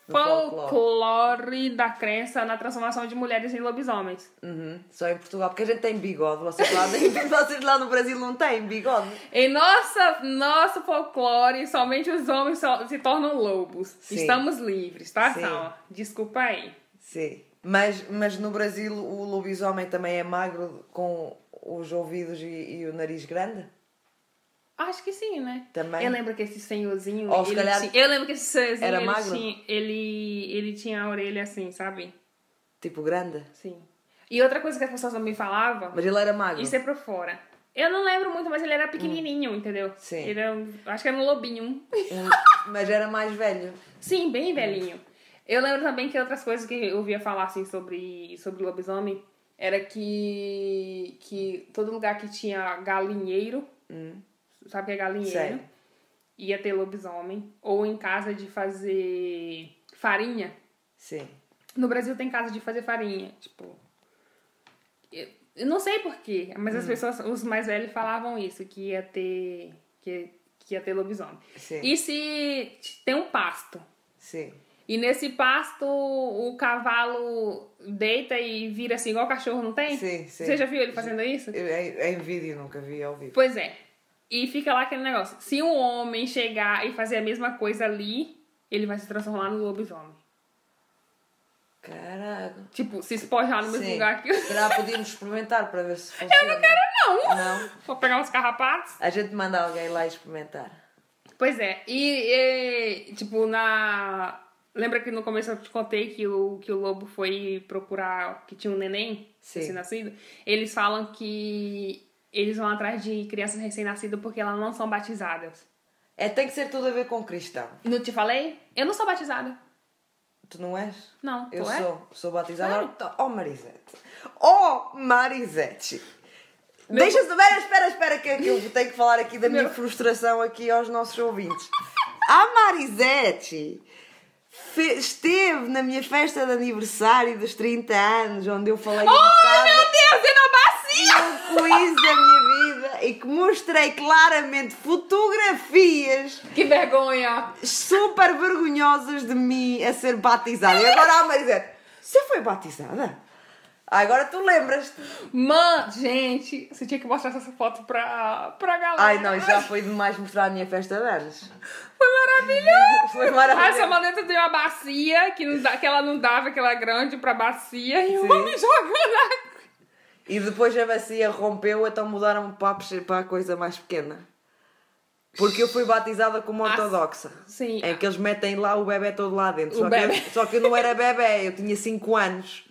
Speaker 2: folclore.
Speaker 1: folclore da crença na transformação de mulheres em lobisomens.
Speaker 2: Uhum. Só em Portugal, porque a gente tem bigode. Vocês lá, vocês lá no Brasil não têm bigode.
Speaker 1: Em nossa, nosso folclore, somente os homens só- se tornam lobos.
Speaker 2: Sim.
Speaker 1: Estamos livres, tá,
Speaker 2: Sim.
Speaker 1: Sal? Desculpa aí.
Speaker 2: Sim. Mas, mas no Brasil o lobisomem também é magro com os ouvidos e, e o nariz grande?
Speaker 1: Acho que sim, né?
Speaker 2: Também.
Speaker 1: Eu lembro que esse senhorzinho.
Speaker 2: Ou se
Speaker 1: ele
Speaker 2: calhar
Speaker 1: tinha- eu lembro que esse senhorzinho
Speaker 2: era
Speaker 1: ele,
Speaker 2: magro?
Speaker 1: Tinha, ele, ele tinha a orelha assim, sabe?
Speaker 2: Tipo grande?
Speaker 1: Sim. E outra coisa que as pessoas também falavam,
Speaker 2: Mas ele era magro.
Speaker 1: isso é pra fora. Eu não lembro muito, mas ele era pequenininho, entendeu?
Speaker 2: Hum. Sim.
Speaker 1: Ele era, um- acho que era um lobinho.
Speaker 2: Um- Mas era mais velho.
Speaker 1: Sim, bem velhinho. Eu lembro também que outras coisas que eu ouvia falar assim sobre sobre o lobisomem era que que todo lugar que tinha galinheiro, sabe o que é galinheiro?
Speaker 2: Hum. Sei.
Speaker 1: Ia ter lobisomem ou em casa de fazer farinha.
Speaker 2: Sim.
Speaker 1: No Brasil tem casa de fazer farinha, tipo. Eu, eu não sei porquê, mas
Speaker 2: Hum.
Speaker 1: as pessoas, os mais velhos falavam isso, que ia ter. que, que ia ter lobisomem.
Speaker 2: Sim.
Speaker 1: E se t- tem um pasto.
Speaker 2: Sim.
Speaker 1: E nesse pasto o cavalo deita e vira assim, igual cachorro, não tem?
Speaker 2: Sim, sim.
Speaker 1: Você já viu ele fazendo isso?
Speaker 2: Eu- É, é em vídeo, nunca vi ao vivo.
Speaker 1: Pois é. E fica lá aquele negócio. Se um homem chegar e fazer a mesma coisa ali, ele vai se transformar no lobisomem.
Speaker 2: Caraca.
Speaker 1: Tipo, se espojar no mesmo
Speaker 2: Sim.
Speaker 1: lugar que o
Speaker 2: Se calhar podíamos experimentar para ver se funciona. Eu não quero
Speaker 1: não.
Speaker 2: Não?
Speaker 1: Vou pegar uns carrapatos.
Speaker 2: A gente manda alguém lá experimentar.
Speaker 1: Pois é, e, e, tipo, na. Lembra que no começo eu te contei que o, que o lobo foi procurar que tinha um neném
Speaker 2: Sim.
Speaker 1: recém-nascido? Eles falam que eles vão atrás de crianças recém-nascidas porque elas não são batizadas.
Speaker 2: É, tem que ser tudo a ver com cristão.
Speaker 1: Não te falei? Eu não sou batizada.
Speaker 2: Tu não és?
Speaker 1: Não,
Speaker 2: Eu
Speaker 1: tu é?
Speaker 2: sou. Sou batizada.
Speaker 1: Sério?
Speaker 2: orto- Oh, Marisete. Oh, Marisete.
Speaker 1: Meu-
Speaker 2: Deixa Espera, espera, espera, que, que eu tenho que falar aqui da minha
Speaker 1: Meu-
Speaker 2: frustração aqui aos nossos ouvintes. A Marisete fe- esteve na minha festa de aniversário dos 30 anos, onde eu falei um
Speaker 1: Oh,
Speaker 2: bocado
Speaker 1: meu Deus, eu não bacia!
Speaker 2: um quiz da minha vida e que mostrei claramente fotografias
Speaker 1: Que vergonha!
Speaker 2: super vergonhosas de mim a ser batizada. E agora a Marisete, você foi batizada? Ah, Agora tu lembras-te.
Speaker 1: Mano, gente, você tinha que mostrar essa foto pra, pra galera.
Speaker 2: Ai não, isso já foi demais mostrar a minha festa de anos.
Speaker 1: Foi maravilhoso!
Speaker 2: Foi
Speaker 1: Ah, essa
Speaker 2: maravilhoso.
Speaker 1: mulher deu uma bacia que, não dá, que ela não dava, que ela é grande pra bacia, e o
Speaker 2: Sim.
Speaker 1: homem jogando água.
Speaker 2: E depois a bacia rompeu, então mudaram para a pes- para a coisa mais pequena. Porque eu fui batizada como ortodoxa.
Speaker 1: Ah, sim.
Speaker 2: É que eles metem lá o bebê todo lá dentro.
Speaker 1: O
Speaker 2: Só que, eu,
Speaker 1: bebé.
Speaker 2: só que eu não era bebê, eu tinha 5 anos.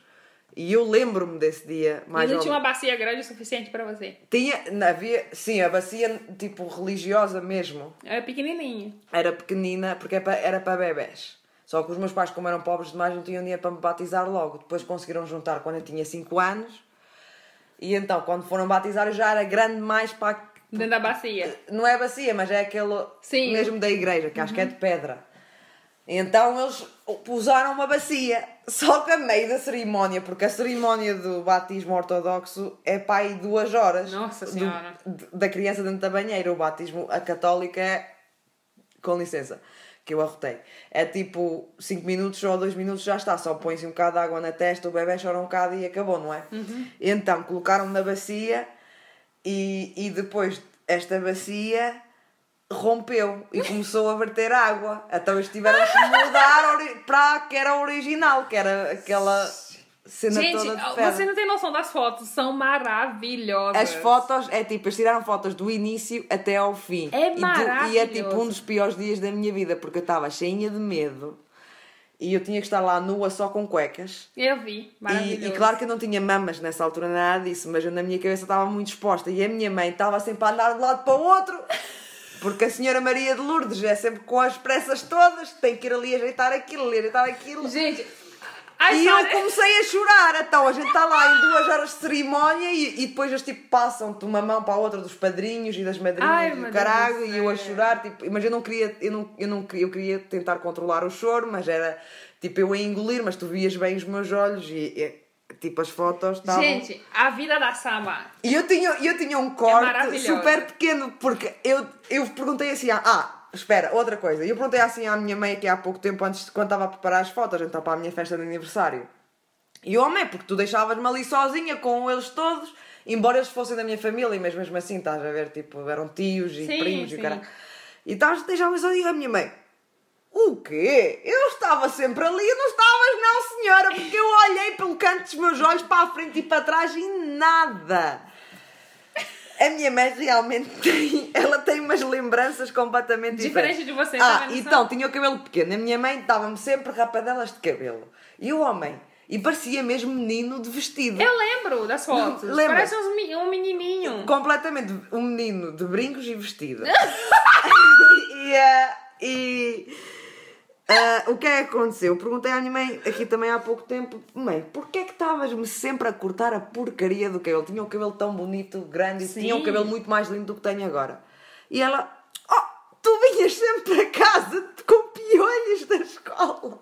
Speaker 2: E eu lembro-me desse dia, mais
Speaker 1: e não
Speaker 2: ou
Speaker 1: tinha uma bacia grande o suficiente pra você.
Speaker 2: Tinha, não, havia, sim, a bacia, tipo, religiosa mesmo.
Speaker 1: Era pequenininha.
Speaker 2: Era pequenina, porque é pa- era para bebés. Só que os meus pais, como eram pobres demais, não tinham dinheiro para me batizar logo. Depois conseguiram juntar quando eu tinha 5 anos. E então, quando foram batizar, eu já era grande mais para...
Speaker 1: Dentro da bacia.
Speaker 2: Não é bacia, mas é aquele
Speaker 1: Sim.
Speaker 2: mesmo da igreja, que acho que é de pedra. Então eles usaram uma bacia. Só que a meio da cerimónia, porque a cerimónia do batismo ortodoxo é para aí duas horas.
Speaker 1: Nossa
Speaker 2: do-
Speaker 1: Senhora.
Speaker 2: d- da criança dentro da banheira. O batismo, a católica é. Com licença, que eu arrotei. É tipo 5 minutos ou 2 minutos já está. Só põe-se um bocado de água na testa, o bebê chora um bocado e acabou, não é? Então colocaram-me na bacia e, e depois esta bacia rompeu e começou a verter água. Então eles tiveram que mudar ori- para a que era a original, que era aquela cena
Speaker 1: gente,
Speaker 2: toda de pedra.
Speaker 1: você não tem noção das fotos, são maravilhosas.
Speaker 2: As fotos, é tipo, eles tiraram fotos do início até ao fim.
Speaker 1: É
Speaker 2: E tu- E, é
Speaker 1: maravilhoso.
Speaker 2: tipo um dos piores dias da minha vida, porque eu estava cheinha de medo e eu tinha que estar lá nua só com cuecas.
Speaker 1: Eu vi,
Speaker 2: E,
Speaker 1: maravilhoso.
Speaker 2: e claro que eu não tinha mamas nessa altura, nada disso, mas eu, na minha cabeça estava muito exposta e a minha mãe estava sempre a andar de um lado para o outro. Porque a senhora Maria de Lourdes é sempre com as pressas todas, tem que ir ali ajeitar aquilo, ali ajeitar aquilo.
Speaker 1: Gente, a
Speaker 2: E eu
Speaker 1: história...
Speaker 2: comecei a chorar, então a gente está lá em duas horas de cerimónia e, e depois eles tipo passam de uma mão para a outra dos padrinhos e das madrinhas
Speaker 1: Ai,
Speaker 2: e
Speaker 1: meu
Speaker 2: o
Speaker 1: Deus
Speaker 2: caralho
Speaker 1: do
Speaker 2: e eu a
Speaker 1: céu.
Speaker 2: chorar, tipo, mas eu não queria, eu não, eu não queria, eu queria tentar controlar o choro, mas era tipo eu a engolir, mas tu vias bem os meus olhos e, e, tipo as fotos estavam.
Speaker 1: Gente, a vida da Sama.
Speaker 2: E eu tinha, eu tinha um corte
Speaker 1: maravilhosa.
Speaker 2: super pequeno, porque eu, eu perguntei assim, à- ah, espera, outra coisa. Eu perguntei assim à minha mãe aqui há pouco tempo, antes de quando estava a preparar as fotos, então para a minha festa de aniversário. E eu amei, porque tu deixavas-me ali sozinha com eles todos, embora eles fossem da minha família, mas mesmo assim, estás a ver, tipo, eram tios e
Speaker 1: Sim,
Speaker 2: primos e o
Speaker 1: sim.
Speaker 2: caralho. E estavas a deixar-me sozinha, a minha mãe... O quê? Eu estava sempre ali, não estavas não, senhora, porque eu olhei pelo canto dos meus olhos para a frente e para trás e nada. A minha mãe realmente tem, ela tem umas lembranças completamente diferentes.
Speaker 1: Diferente de você, tá
Speaker 2: Ah,
Speaker 1: vendo só?
Speaker 2: então, tinha o cabelo pequeno. A minha mãe dava-me sempre rapadelas de cabelo. E o homem E parecia mesmo menino de vestido.
Speaker 1: Eu lembro das fotos.
Speaker 2: Lembra?
Speaker 1: Parece uns mi- um menininho.
Speaker 2: Completamente um menino de brincos e vestido. e eh, e eh, o que é que aconteceu? Perguntei à minha mãe aqui também há pouco tempo: mãe, porquê é que estavas-me sempre a cortar a porcaria do cabelo? Tinha o cabelo tão bonito, grande, e
Speaker 1: Sim.
Speaker 2: tinha um cabelo muito mais lindo do que tenho agora. E ela: oh, tu vinhas sempre a casa com piolhos da escola.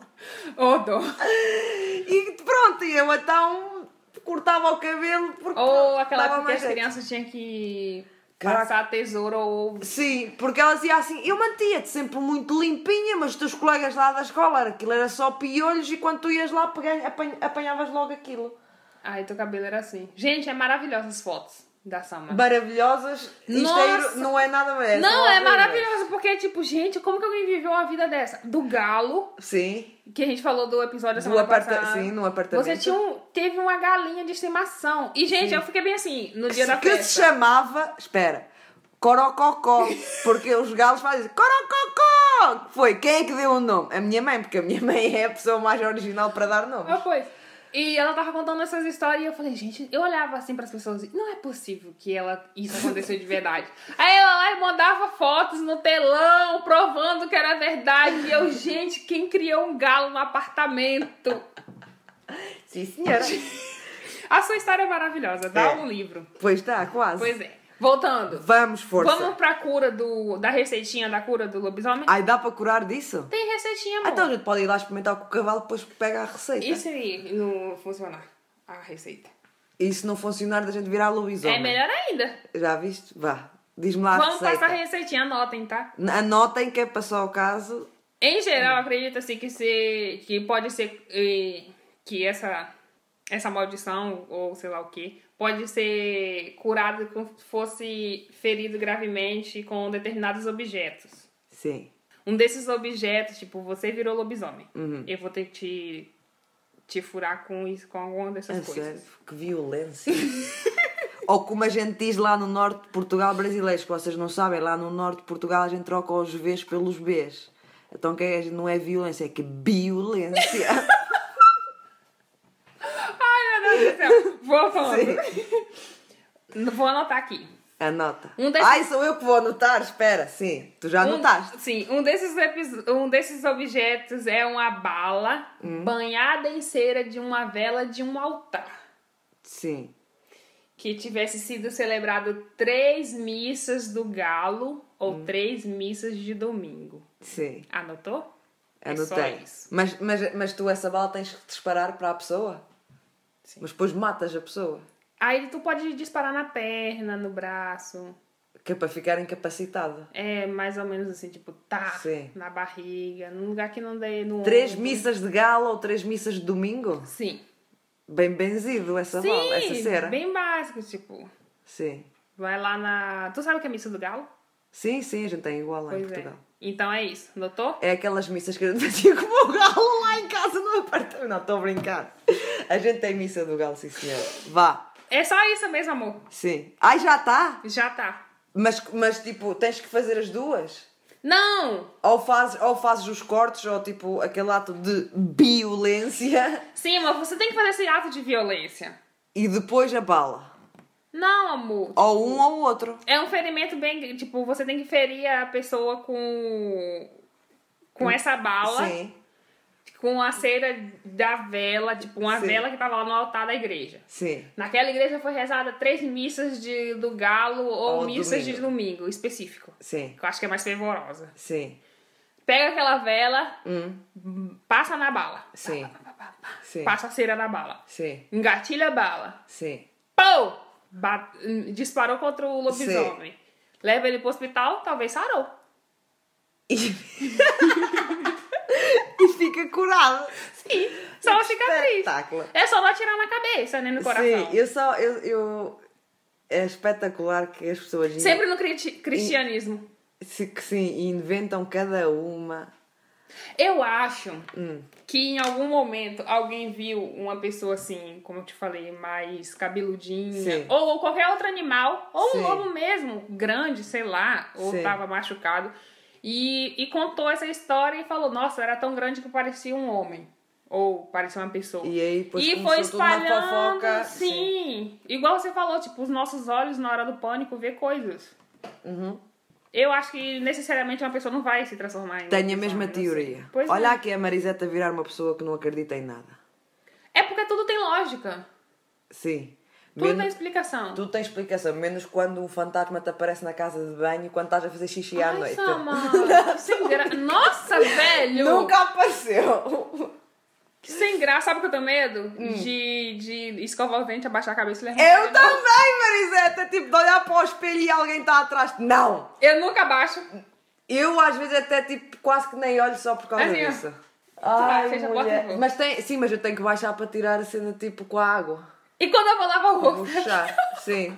Speaker 1: Oh, dó.
Speaker 2: E pronto, e eu então cortava o cabelo porque.
Speaker 1: Ou Oh, aquela
Speaker 2: dava
Speaker 1: época que
Speaker 2: mais
Speaker 1: as
Speaker 2: jeito.
Speaker 1: crianças tinham que
Speaker 2: Caraca.
Speaker 1: passar a tesoura ou...
Speaker 2: Sim, porque elas iam assim, eu mantia-te sempre muito limpinha, mas os teus colegas lá da escola, era- aquilo era só piolhos e quando tu ias lá pega- apan- apanhavas logo aquilo.
Speaker 1: Ai, teu cabelo era assim. Gente, é maravilhosa as fotos da Summer.
Speaker 2: Maravilhosas, isto é
Speaker 1: Nossa!
Speaker 2: ir- não é nada mais.
Speaker 1: Não, é maravilhoso, porque, tipo, gente, como que alguém viveu uma vida dessa? Do galo,
Speaker 2: Sim,
Speaker 1: que a gente falou do episódio da
Speaker 2: Do
Speaker 1: semana
Speaker 2: aparta-
Speaker 1: passada.
Speaker 2: sim, no apartamento.
Speaker 1: Você tinha um- teve uma galinha de estimação. E, gente, eu fiquei bem assim, no dia da
Speaker 2: que se
Speaker 1: festa.
Speaker 2: chamava, espera, Corococó, porque os galos fazem assim, Corococó! Foi, quem é que deu o nome? A minha mãe, porque a minha mãe é a pessoa mais original para dar nomes.
Speaker 1: Ah, pois. E ela tava contando essas histórias e eu falei, gente, eu olhava assim pras pessoas e não é possível que ela isso aconteceu de verdade. Aí ela lá e mandava fotos no telão provando que era verdade. E eu, gente, quem criou um galo no apartamento?
Speaker 2: Sim, senhora.
Speaker 1: A sua história é maravilhosa, dá
Speaker 2: É.
Speaker 1: um livro.
Speaker 2: pois está, quase.
Speaker 1: Pois é. Voltando.
Speaker 2: Vamos, força.
Speaker 1: Vamos pra cura do. da receitinha da cura do lobisomem?
Speaker 2: Ai, dá para curar disso?
Speaker 1: Tem receitinha, amor.
Speaker 2: Ah, Então a gente pode ir lá experimentar com o cavalo depois pega a receita.
Speaker 1: E
Speaker 2: Isso.
Speaker 1: se não funcionar a receita?
Speaker 2: E se não funcionar, da gente virar lobisomem.
Speaker 1: É melhor ainda.
Speaker 2: Já viste? Vá. Diz-me lá a
Speaker 1: Vamos
Speaker 2: receita.
Speaker 1: passar a receitinha, anotem, tá?
Speaker 2: Anotem que é para só o caso.
Speaker 1: Em
Speaker 2: É.
Speaker 1: geral, acredita-se que, se, que pode ser eh, que essa, essa maldição, ou sei lá o que, pode ser curada como se fosse ferido gravemente com determinados objetos.
Speaker 2: Sim.
Speaker 1: Um desses objetos, tipo, você virou lobisomem.
Speaker 2: Uhum.
Speaker 1: Eu vou ter que te, te furar com isso, com alguma dessas
Speaker 2: É
Speaker 1: coisas.
Speaker 2: sério, que violência. Ou como a gente diz lá no norte de Portugal, brasileiros, que vocês não sabem, lá no norte de Portugal a gente troca os Vs pelos Bs. Então que é- não é violência, é que violência.
Speaker 1: Ai, meu Deus do céu. Voltando.
Speaker 2: Sim.
Speaker 1: Vou anotar aqui.
Speaker 2: Anota.
Speaker 1: Um desses-
Speaker 2: Ai, sou eu que vou anotar, espera. Sim, tu já anotaste.
Speaker 1: Um, sim, um desses, epis- um desses objetos é uma bala
Speaker 2: Hum.
Speaker 1: banhada em cera de uma vela de um altar.
Speaker 2: Sim.
Speaker 1: Que tivesse sido celebrado três missas do galo ou
Speaker 2: Hum.
Speaker 1: três missas de domingo.
Speaker 2: Sim.
Speaker 1: Anotou? É só
Speaker 2: Anotei.
Speaker 1: isso.
Speaker 2: mas, mas, mas tu essa bala tens que disparar para a pessoa?
Speaker 1: Sim.
Speaker 2: Mas depois matas a pessoa.
Speaker 1: Aí tu pode disparar na perna, no braço.
Speaker 2: Que é para ficar incapacitada.
Speaker 1: É mais ou menos assim, tipo, tá
Speaker 2: Sim.
Speaker 1: na barriga, num lugar que não dê no
Speaker 2: Três
Speaker 1: ombro.
Speaker 2: missas de gala ou três missas de domingo?
Speaker 1: Sim.
Speaker 2: Bem benzido essa
Speaker 1: Sim,
Speaker 2: bala, Tá essa cera.
Speaker 1: bem básico, tipo,
Speaker 2: Sim.
Speaker 1: vai lá na. Tu sabe o que é missa do galo?
Speaker 2: Sim, sim, a gente tem igual lá em
Speaker 1: Pois
Speaker 2: Portugal.
Speaker 1: é. Então é isso, notou?
Speaker 2: É. aquelas missas que a gente fazia como o galo lá em casa no apartamento. Não, estou a brincar. A gente tem missa do galo, sim senhora. Vá.
Speaker 1: É só isso mesmo, amor.
Speaker 2: Sim. Ai, já está?
Speaker 1: Já tá.
Speaker 2: Mas, mas tipo, tens que fazer as duas?
Speaker 1: Não!
Speaker 2: Ou fazes, ou fazes os cortes, ou tipo aquele ato de violência
Speaker 1: Sim, mas você tem que fazer esse ato de violência.
Speaker 2: e depois a bala.
Speaker 1: Não, amor.
Speaker 2: Ou um ou outro.
Speaker 1: É um ferimento bem. Tipo, você tem que ferir a pessoa com. Com essa bala,
Speaker 2: Sim,
Speaker 1: com a cera da vela, tipo, uma
Speaker 2: Sim.
Speaker 1: vela que tava lá no altar da igreja.
Speaker 2: sim.
Speaker 1: Naquela igreja foi rezada três missas de, do galo ou
Speaker 2: Ou
Speaker 1: missas
Speaker 2: domingo.
Speaker 1: de domingo, específico.
Speaker 2: Sim,
Speaker 1: Que eu acho que é mais fervorosa.
Speaker 2: sim.
Speaker 1: Pega aquela vela,
Speaker 2: Hum,
Speaker 1: passa na bala.
Speaker 2: sim. Sim.
Speaker 1: Passa a cera na bala.
Speaker 2: Sim,
Speaker 1: Engatilha a bala.
Speaker 2: sim.
Speaker 1: Pou! Ba- Disparou contra o lobisomem. Leva ele pro hospital, talvez sarou.
Speaker 2: E, e fica curado.
Speaker 1: Sim, só uma cicatriz.
Speaker 2: Espetáculo.
Speaker 1: É só não atirar na cabeça, né? No coração.
Speaker 2: Sim, eu só. Eu, eu- É espetacular que as pessoas.
Speaker 1: Sempre no cri- cristianismo.
Speaker 2: Se- que Sim, inventam cada uma.
Speaker 1: Eu acho
Speaker 2: Hum.
Speaker 1: que em algum momento alguém viu uma pessoa assim, como eu te falei, mais cabeludinha,
Speaker 2: Sim.
Speaker 1: ou, ou qualquer outro animal, ou
Speaker 2: Sim.
Speaker 1: um lobo mesmo, grande, sei lá, ou
Speaker 2: Sim.
Speaker 1: tava machucado, e, e contou essa história e falou: Nossa, era tão grande que parecia um homem. Ou parecer uma pessoa.
Speaker 2: E aí depois
Speaker 1: E
Speaker 2: começou
Speaker 1: foi
Speaker 2: tudo na
Speaker 1: espalhando,
Speaker 2: fofoca.
Speaker 1: sim. Igual você falou, tipo, os nossos olhos na hora do pânico vê coisas.
Speaker 2: Uhum.
Speaker 1: Eu acho que necessariamente uma pessoa não vai se transformar em
Speaker 2: Tenho a
Speaker 1: uma
Speaker 2: mesma
Speaker 1: pessoa, né? não sei.
Speaker 2: teoria.
Speaker 1: Pois
Speaker 2: Olha
Speaker 1: é.
Speaker 2: aqui a Mariseta virar uma pessoa que não acredita em nada.
Speaker 1: É porque tudo tem lógica.
Speaker 2: Sim.
Speaker 1: Tudo tem
Speaker 2: Menos,
Speaker 1: explicação.
Speaker 2: tudo tem explicação, menos quando um fantasma te aparece na casa de banho quando estás a fazer xixi à
Speaker 1: Ai,
Speaker 2: noite.
Speaker 1: Samara, que sem gra... Nossa, velho!
Speaker 2: Nunca apareceu!
Speaker 1: Que sem graça. Sabe o que eu tenho medo? De, de escovar o dente, abaixar a cabeça e levantar.
Speaker 2: Hum. Eu também, Mariseta! Tipo, de olhar para o espelho e alguém está atrás. Não!
Speaker 1: Eu nunca abaixo.
Speaker 2: Eu às vezes até tipo quase que nem olho só por causa
Speaker 1: Assim, ó.
Speaker 2: disso.
Speaker 1: vai,
Speaker 2: Ai,
Speaker 1: fecha a porta e
Speaker 2: mulher.
Speaker 1: vou.
Speaker 2: Mas tem, sim, mas eu tenho que baixar para tirar a cena tipo com a água.
Speaker 1: E quando eu vou lavar o rosto,
Speaker 2: Puxar, sim.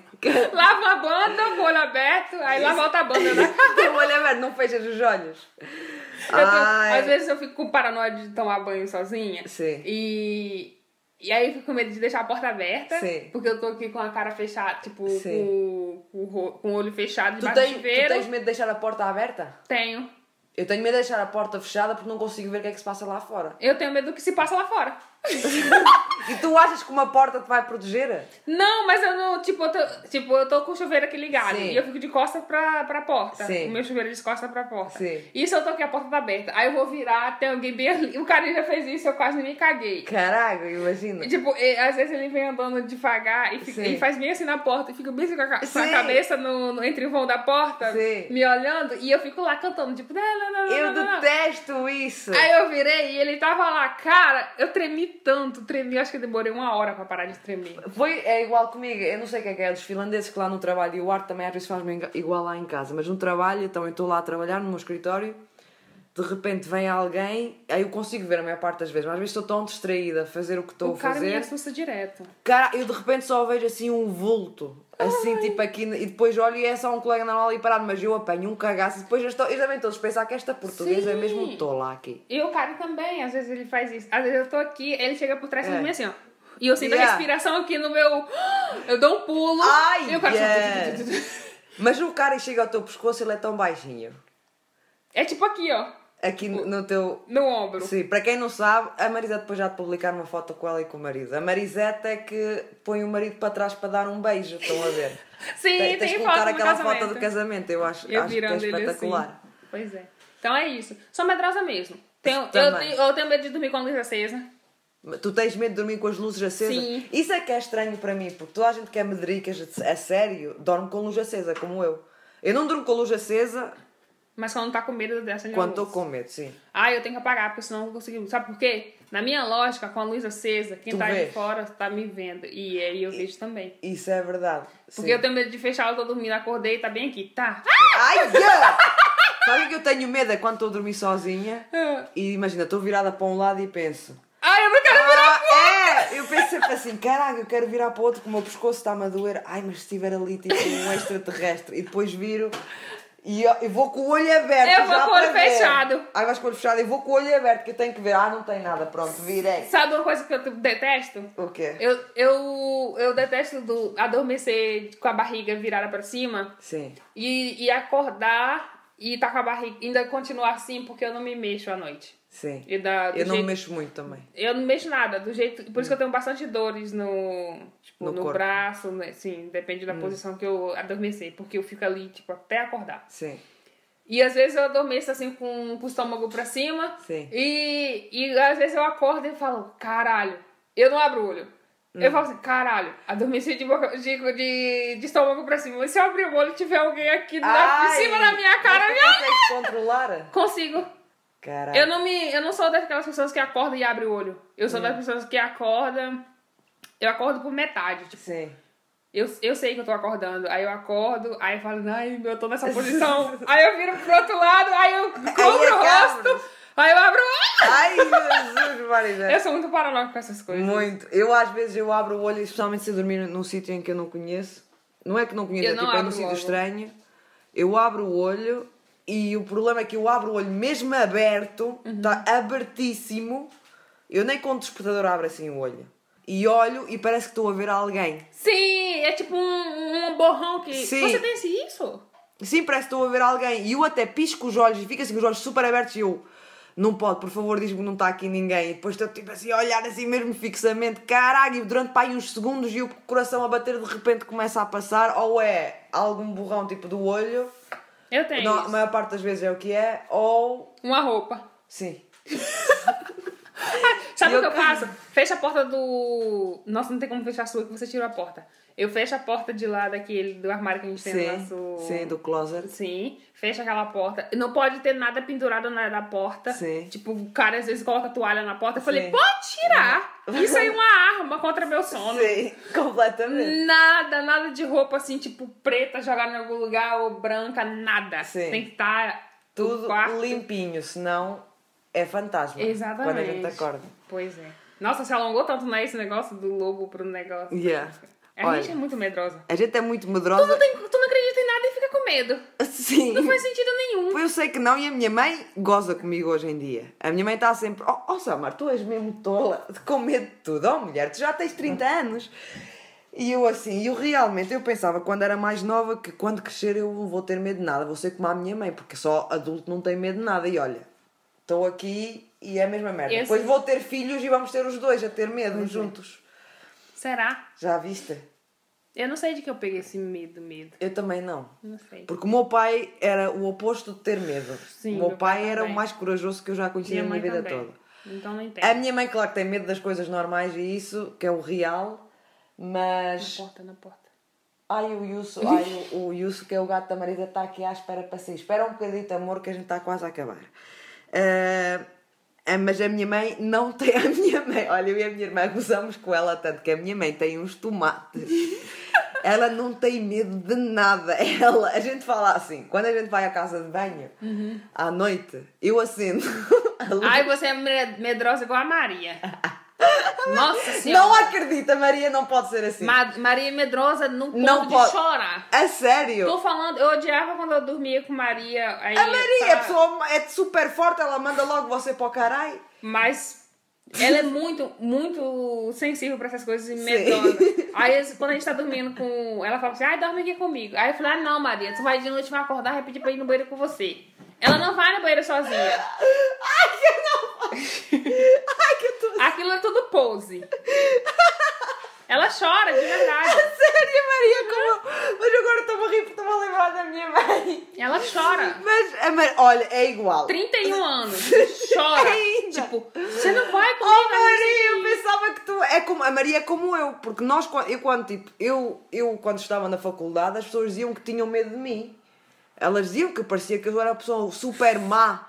Speaker 1: lavo a banda, com o olho aberto, aí lá volta a banda, né?
Speaker 2: Tem um olho aberto, não fechas os olhos.
Speaker 1: Eu tenho-
Speaker 2: Ai.
Speaker 1: às vezes eu fico com paranoia de tomar banho sozinha.
Speaker 2: Sim.
Speaker 1: E, e aí eu fico com medo de deixar a porta aberta.
Speaker 2: Sim.
Speaker 1: Porque eu tô aqui com a cara fechada, tipo,
Speaker 2: Sim.
Speaker 1: com, com o ro- com o olho fechado
Speaker 2: Tu,
Speaker 1: debaixo
Speaker 2: tens-
Speaker 1: do
Speaker 2: tu
Speaker 1: chuveiro.
Speaker 2: tens medo de deixar a porta aberta?
Speaker 1: Tenho.
Speaker 2: Eu tenho medo de deixar a porta fechada porque não consigo ver o que é que se passa lá fora.
Speaker 1: Eu tenho medo do que se passa lá fora.
Speaker 2: E tu achas que uma porta te vai proteger?
Speaker 1: Não, mas eu não. Tipo, eu tô, tipo, eu tô com o chuveiro aqui ligado.
Speaker 2: Sim.
Speaker 1: E eu fico de costa pra, pra porta.
Speaker 2: Sim.
Speaker 1: O meu chuveiro é de costa pra porta.
Speaker 2: Sim.
Speaker 1: E se eu tô aqui, a porta tá aberta. Aí eu vou virar, tem alguém bem ali. O cara já fez isso, eu quase me caguei.
Speaker 2: Caraca,
Speaker 1: E,
Speaker 2: imagina.
Speaker 1: tipo, e- às vezes ele vem andando devagar e, fica-
Speaker 2: Sim.
Speaker 1: e faz bem assim na porta. E fica bem assim com a, ca- com a
Speaker 2: Sim.
Speaker 1: cabeça no, no entrevão da porta,
Speaker 2: Sim.
Speaker 1: me olhando. E eu fico lá cantando, tipo... Não, não, não, não,
Speaker 2: Eu
Speaker 1: não, não.
Speaker 2: detesto isso.
Speaker 1: Aí eu virei e ele tava lá. Cara, eu tremi tanto, tremi. Acho que eu demorei uma hora pra parar de tremer.
Speaker 2: Foi, é igual comigo, eu não sei o que é que é dos finlandeses que lá no trabalho, e o ar também às vezes faz-me enga- igual lá em casa, mas no trabalho, então eu estou lá a trabalhar no meu escritório, de repente vem alguém, aí eu consigo ver a maior parte das vezes, mas às vezes estou tão distraída a fazer o que estou
Speaker 1: O
Speaker 2: a
Speaker 1: cara me
Speaker 2: fazer,
Speaker 1: assusta direto.
Speaker 2: cara, eu de repente só vejo assim um vulto, assim tipo aqui, e depois olho e é só um colega normal ali parado, mas eu apanho um cagaço, e depois eu, estou, eu também estou a pensar que esta portuguesa é
Speaker 1: Sim.
Speaker 2: mesmo estou lá aqui.
Speaker 1: E o cara também, às vezes ele faz isso. Às vezes eu tô aqui, ele chega por trás de
Speaker 2: É.
Speaker 1: mim assim, ó. E eu sinto a
Speaker 2: Yeah.
Speaker 1: respiração aqui no meu. Eu dou um pulo.
Speaker 2: Ai,
Speaker 1: e o cara só-
Speaker 2: yeah. Mas o cara chega ao teu pescoço, ele é tão baixinho,
Speaker 1: É tipo aqui, ó.
Speaker 2: aqui no- no teu...
Speaker 1: No ombro.
Speaker 2: Sim, para quem não sabe, a Marisete depois já de publicar uma foto com ela e com o marido. A Marisete é que põe o marido para trás para dar um beijo, estão a ver?
Speaker 1: Sim,
Speaker 2: Tem-
Speaker 1: tem,
Speaker 2: Tens de
Speaker 1: foto
Speaker 2: colocar
Speaker 1: no
Speaker 2: aquela
Speaker 1: casamento.
Speaker 2: foto do casamento, eu acho,
Speaker 1: Eu
Speaker 2: acho que é
Speaker 1: virando ele
Speaker 2: espetacular.
Speaker 1: assim. Pois é. Então é isso. Sou medrosa mesmo. Tenho, eu,
Speaker 2: Também.
Speaker 1: tenho, eu tenho medo de dormir com a luz acesa.
Speaker 2: Tu tens medo de dormir com as luzes acesas?
Speaker 1: Sim.
Speaker 2: Isso é que é estranho para mim, porque toda a gente que é medricas a sério dorme com luz acesa, como eu. Eu não durmo com luz acesa
Speaker 1: Mas quando tá com medo dessa
Speaker 2: quando estou com medo, sim.
Speaker 1: Ah, eu tenho que apagar, porque senão eu não consigo. Sabe por quê? Na minha lógica, com a luz acesa, quem
Speaker 2: Tu
Speaker 1: tá de
Speaker 2: vês?
Speaker 1: fora tá me vendo. E aí eu vejo também.
Speaker 2: Isso é verdade.
Speaker 1: Porque
Speaker 2: sim.
Speaker 1: eu tenho medo de fechar, eu tô dormindo, acordei, tá bem aqui, tá?
Speaker 2: Ai, yeah! Sabe o que é que eu tenho medo? É quando estou a dormir sozinha e imagina, estou virada para um lado e penso.
Speaker 1: Ai, eu não quero virar!
Speaker 2: Ah, é! Eu penso sempre assim, caraca, eu quero virar para o outro que o meu pescoço está-me a doer. Ai, mas se estiver ali tipo um extraterrestre e depois viro e eu, eu vou com o olho aberto.
Speaker 1: Eu vou
Speaker 2: já
Speaker 1: com o olho
Speaker 2: para ver.
Speaker 1: fechado.
Speaker 2: Ai, vais com o olho fechado e vou com o olho aberto que eu tenho que ver. Ah, não tem nada, pronto, virei.
Speaker 1: Sabe uma coisa que eu detesto?
Speaker 2: O quê?
Speaker 1: Eu, eu, eu detesto do adormecer com a barriga virada pra cima
Speaker 2: Sim.
Speaker 1: e, e acordar e tá com a barriga, ainda continuar assim, porque eu não me mexo à noite.
Speaker 2: Sim.
Speaker 1: E da, do
Speaker 2: Eu não me
Speaker 1: jeito-
Speaker 2: mexo muito também.
Speaker 1: Eu não mexo nada, do jeito. Por isso que eu tenho bastante dores no, tipo,
Speaker 2: No
Speaker 1: no,
Speaker 2: corpo. Hum.
Speaker 1: braço, né, assim, depende da posição que eu adormecer, porque eu fico ali, tipo, até acordar.
Speaker 2: Sim.
Speaker 1: E às vezes eu adormeço assim com, com o estômago pra cima.
Speaker 2: Sim.
Speaker 1: E, e às vezes eu acordo e falo, caralho, eu não abro o olho.
Speaker 2: Hum.
Speaker 1: Eu falo assim, caralho, adormeci de, boca, de, de, de estômago pra cima. E se eu abrir o olho e tiver alguém aqui na, em
Speaker 2: Ai,
Speaker 1: cima da minha cara,
Speaker 2: mas
Speaker 1: eu
Speaker 2: tu consegues controlar?
Speaker 1: consigo.
Speaker 2: Caraca.
Speaker 1: Eu não me. Eu não sou daquelas pessoas que acorda e abre o olho. Eu sou das pessoas que acorda. Eu acordo por metade. Tipo,
Speaker 2: Sim.
Speaker 1: eu, eu sei que eu tô acordando. Aí eu acordo, aí eu falo, ai, eu tô nessa posição. aí eu viro pro outro lado, aí eu
Speaker 2: Aí
Speaker 1: cubro o
Speaker 2: acabas.
Speaker 1: rosto, aí eu abro o
Speaker 2: Ai, Jesus, Maria.
Speaker 1: olho. Eu sou muito paranoica com essas coisas.
Speaker 2: Muito. Eu às vezes eu abro o olho, especialmente se eu dormir num sítio em que eu não conheço. Não é que não conheço,
Speaker 1: Eu
Speaker 2: é
Speaker 1: não
Speaker 2: tipo é num
Speaker 1: abro
Speaker 2: sítio
Speaker 1: logo.
Speaker 2: estranho. Eu abro o olho e o problema é que eu abro o olho mesmo aberto,
Speaker 1: Uhum.
Speaker 2: está abertíssimo. Eu nem com o despertador abro assim o olho. E olho e parece que estou a ver alguém.
Speaker 1: Sim, é tipo um, um borrão que.
Speaker 2: Sim.
Speaker 1: Você pensa isso?
Speaker 2: Sim, parece que estou a ver alguém. E eu até pisco os olhos e fica assim com os olhos super abertos e eu. não pode, por favor, diz-me que não está aqui ninguém. E depois estou tipo assim a olhar assim mesmo fixamente, caralho, e durante pá, aí uns segundos e o coração a bater de repente começa a passar, ou é algum borrão tipo do olho,
Speaker 1: Eu tenho.
Speaker 2: não, a
Speaker 1: isso.
Speaker 2: maior parte das vezes é o que é, ou
Speaker 1: Uma roupa.
Speaker 2: sim.
Speaker 1: Sabe
Speaker 2: E
Speaker 1: o que
Speaker 2: eu-
Speaker 1: eu faço? Fecha a porta do. Nossa, não tem como fechar a sua que você tirou a porta. Eu fecho a porta de lá daquele do armário que a gente tem no
Speaker 2: Sim,
Speaker 1: nosso.
Speaker 2: sim, do closet.
Speaker 1: Sim, fecha aquela porta. Não pode ter nada pendurado na, na porta.
Speaker 2: Sim.
Speaker 1: Tipo, o cara às vezes coloca a toalha na porta. Eu falei,
Speaker 2: Sim.
Speaker 1: pode tirar! Isso aí é uma arma contra meu sono.
Speaker 2: Sim, completamente.
Speaker 1: Nada, nada de roupa assim, tipo, preta jogada em algum lugar ou branca, nada.
Speaker 2: Sim.
Speaker 1: Tem que tá estar
Speaker 2: Tudo limpinho, senão é fantasma.
Speaker 1: Exatamente.
Speaker 2: Quando a gente acorda.
Speaker 1: Pois é. Nossa, se alongou tanto, né? Esse negócio do lobo pro negócio.
Speaker 2: Yeah.
Speaker 1: A
Speaker 2: Olha,
Speaker 1: gente é muito medrosa.
Speaker 2: a gente é muito
Speaker 1: Tu não,
Speaker 2: medrosa.
Speaker 1: tem, tu não acredita em nada e fica com medo.
Speaker 2: Sim.
Speaker 1: Não faz sentido nenhum.
Speaker 2: Eu sei que não, e a minha mãe goza comigo hoje em dia. A minha mãe está sempre, oh, oh Samar, tu és mesmo tola, com medo de tudo, oh mulher, tu já tens 30 anos. E eu assim, eu realmente, eu pensava quando era mais nova que quando crescer eu não vou ter medo de nada, vou ser como a minha mãe, porque só adulto não tem medo de nada. E olha, estou aqui e é a mesma merda.
Speaker 1: Esse-
Speaker 2: Depois vou ter filhos e vamos ter os dois a ter medo
Speaker 1: é.
Speaker 2: juntos.
Speaker 1: Será?
Speaker 2: Já viste?
Speaker 1: Eu não sei de que eu peguei esse medo, medo.
Speaker 2: Eu também não.
Speaker 1: Não sei.
Speaker 2: Porque o meu pai era o oposto de ter medo.
Speaker 1: Sim,
Speaker 2: o meu
Speaker 1: meu
Speaker 2: pai,
Speaker 1: pai
Speaker 2: era
Speaker 1: também.
Speaker 2: o mais corajoso que eu já conheci
Speaker 1: Minha
Speaker 2: na minha
Speaker 1: mãe
Speaker 2: vida
Speaker 1: também.
Speaker 2: toda.
Speaker 1: Então não entendo.
Speaker 2: A minha mãe, claro que tem medo das coisas normais e isso, que é o real, mas.
Speaker 1: Na porta, na porta.
Speaker 2: Ai, o Yusso, ai, o, o Yusso, que é o gato da Marisa, está aqui à espera para sair. Espera um bocadito, amor, que a gente está quase a acabar. Ah, ah, mas a minha mãe não tem. A minha mãe, olha, eu e a minha irmã gozamos com ela tanto que a minha mãe tem uns tomates. Ela não tem medo de nada. Ela, a gente fala assim, quando a gente vai à casa de banho, à noite, eu acendo a luz.
Speaker 1: Ai, você é med- medrosa igual a Maria. Nossa senhora.
Speaker 2: Não acredita, Maria, não pode ser assim.
Speaker 1: Ma- Maria é medrosa no ponto
Speaker 2: Não
Speaker 1: de
Speaker 2: pode.
Speaker 1: chorar.
Speaker 2: A sério?
Speaker 1: Tô falando, eu odiava quando eu dormia com Maria. Aí tá.
Speaker 2: A Maria,
Speaker 1: tava-
Speaker 2: a pessoa é super forte, ela manda logo você para o caralho.
Speaker 1: Mas ela é muito, muito sensível pra essas coisas e medrosa. Aí às vezes, quando a gente tá dormindo com. Ela fala assim, ai, dorme aqui comigo. Aí eu falo, ah, não, Maria, tu vai de noite, vai acordar, vai pedir pra ir no banheiro com você. Ela não vai no banheiro sozinha.
Speaker 2: Ai, que eu tô...
Speaker 1: Aquilo é tudo pose. Ela chora, de verdade.
Speaker 2: Sério, Maria, como... Mas agora estou-me a rir porque estou-me a lembrar da minha mãe.
Speaker 1: Ela chora.
Speaker 2: Mas, a Mar... olha, é igual.
Speaker 1: 31 anos. Chora.
Speaker 2: Ainda.
Speaker 1: Tipo, você não vai
Speaker 2: Oh,
Speaker 1: comigo.
Speaker 2: Maria, eu pensava que tu... É como... A Maria é como eu, porque nós, quan- eu quando, tipo, eu, eu quando estava na faculdade, as pessoas diziam que tinham medo de mim. Elas diziam que parecia que eu era uma pessoa super má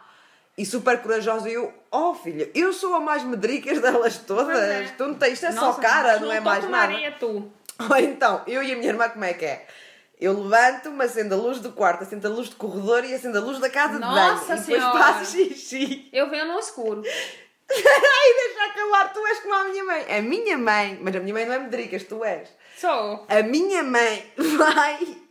Speaker 2: e super corajosa. E eu, oh filha, eu sou a mais medricas delas todas.
Speaker 1: Pois é.
Speaker 2: Tu não tens, isto é só
Speaker 1: Nossa,
Speaker 2: cara,
Speaker 1: tu
Speaker 2: não é
Speaker 1: tô
Speaker 2: mais
Speaker 1: com
Speaker 2: nada.
Speaker 1: Maria, tu.
Speaker 2: Ou então, eu e a minha irmã, como é que é? Eu levanto-me, acendo a luz do quarto, acendo a luz do corredor e acendo a luz da casa de
Speaker 1: Nossa
Speaker 2: banho. E depois
Speaker 1: Senhora!
Speaker 2: faço xixi.
Speaker 1: Eu venho no escuro.
Speaker 2: Ai, deixa acabar, tu és como a minha mãe. A minha mãe, mas a minha mãe não é medricas, tu és.
Speaker 1: Sou.
Speaker 2: A minha mãe vai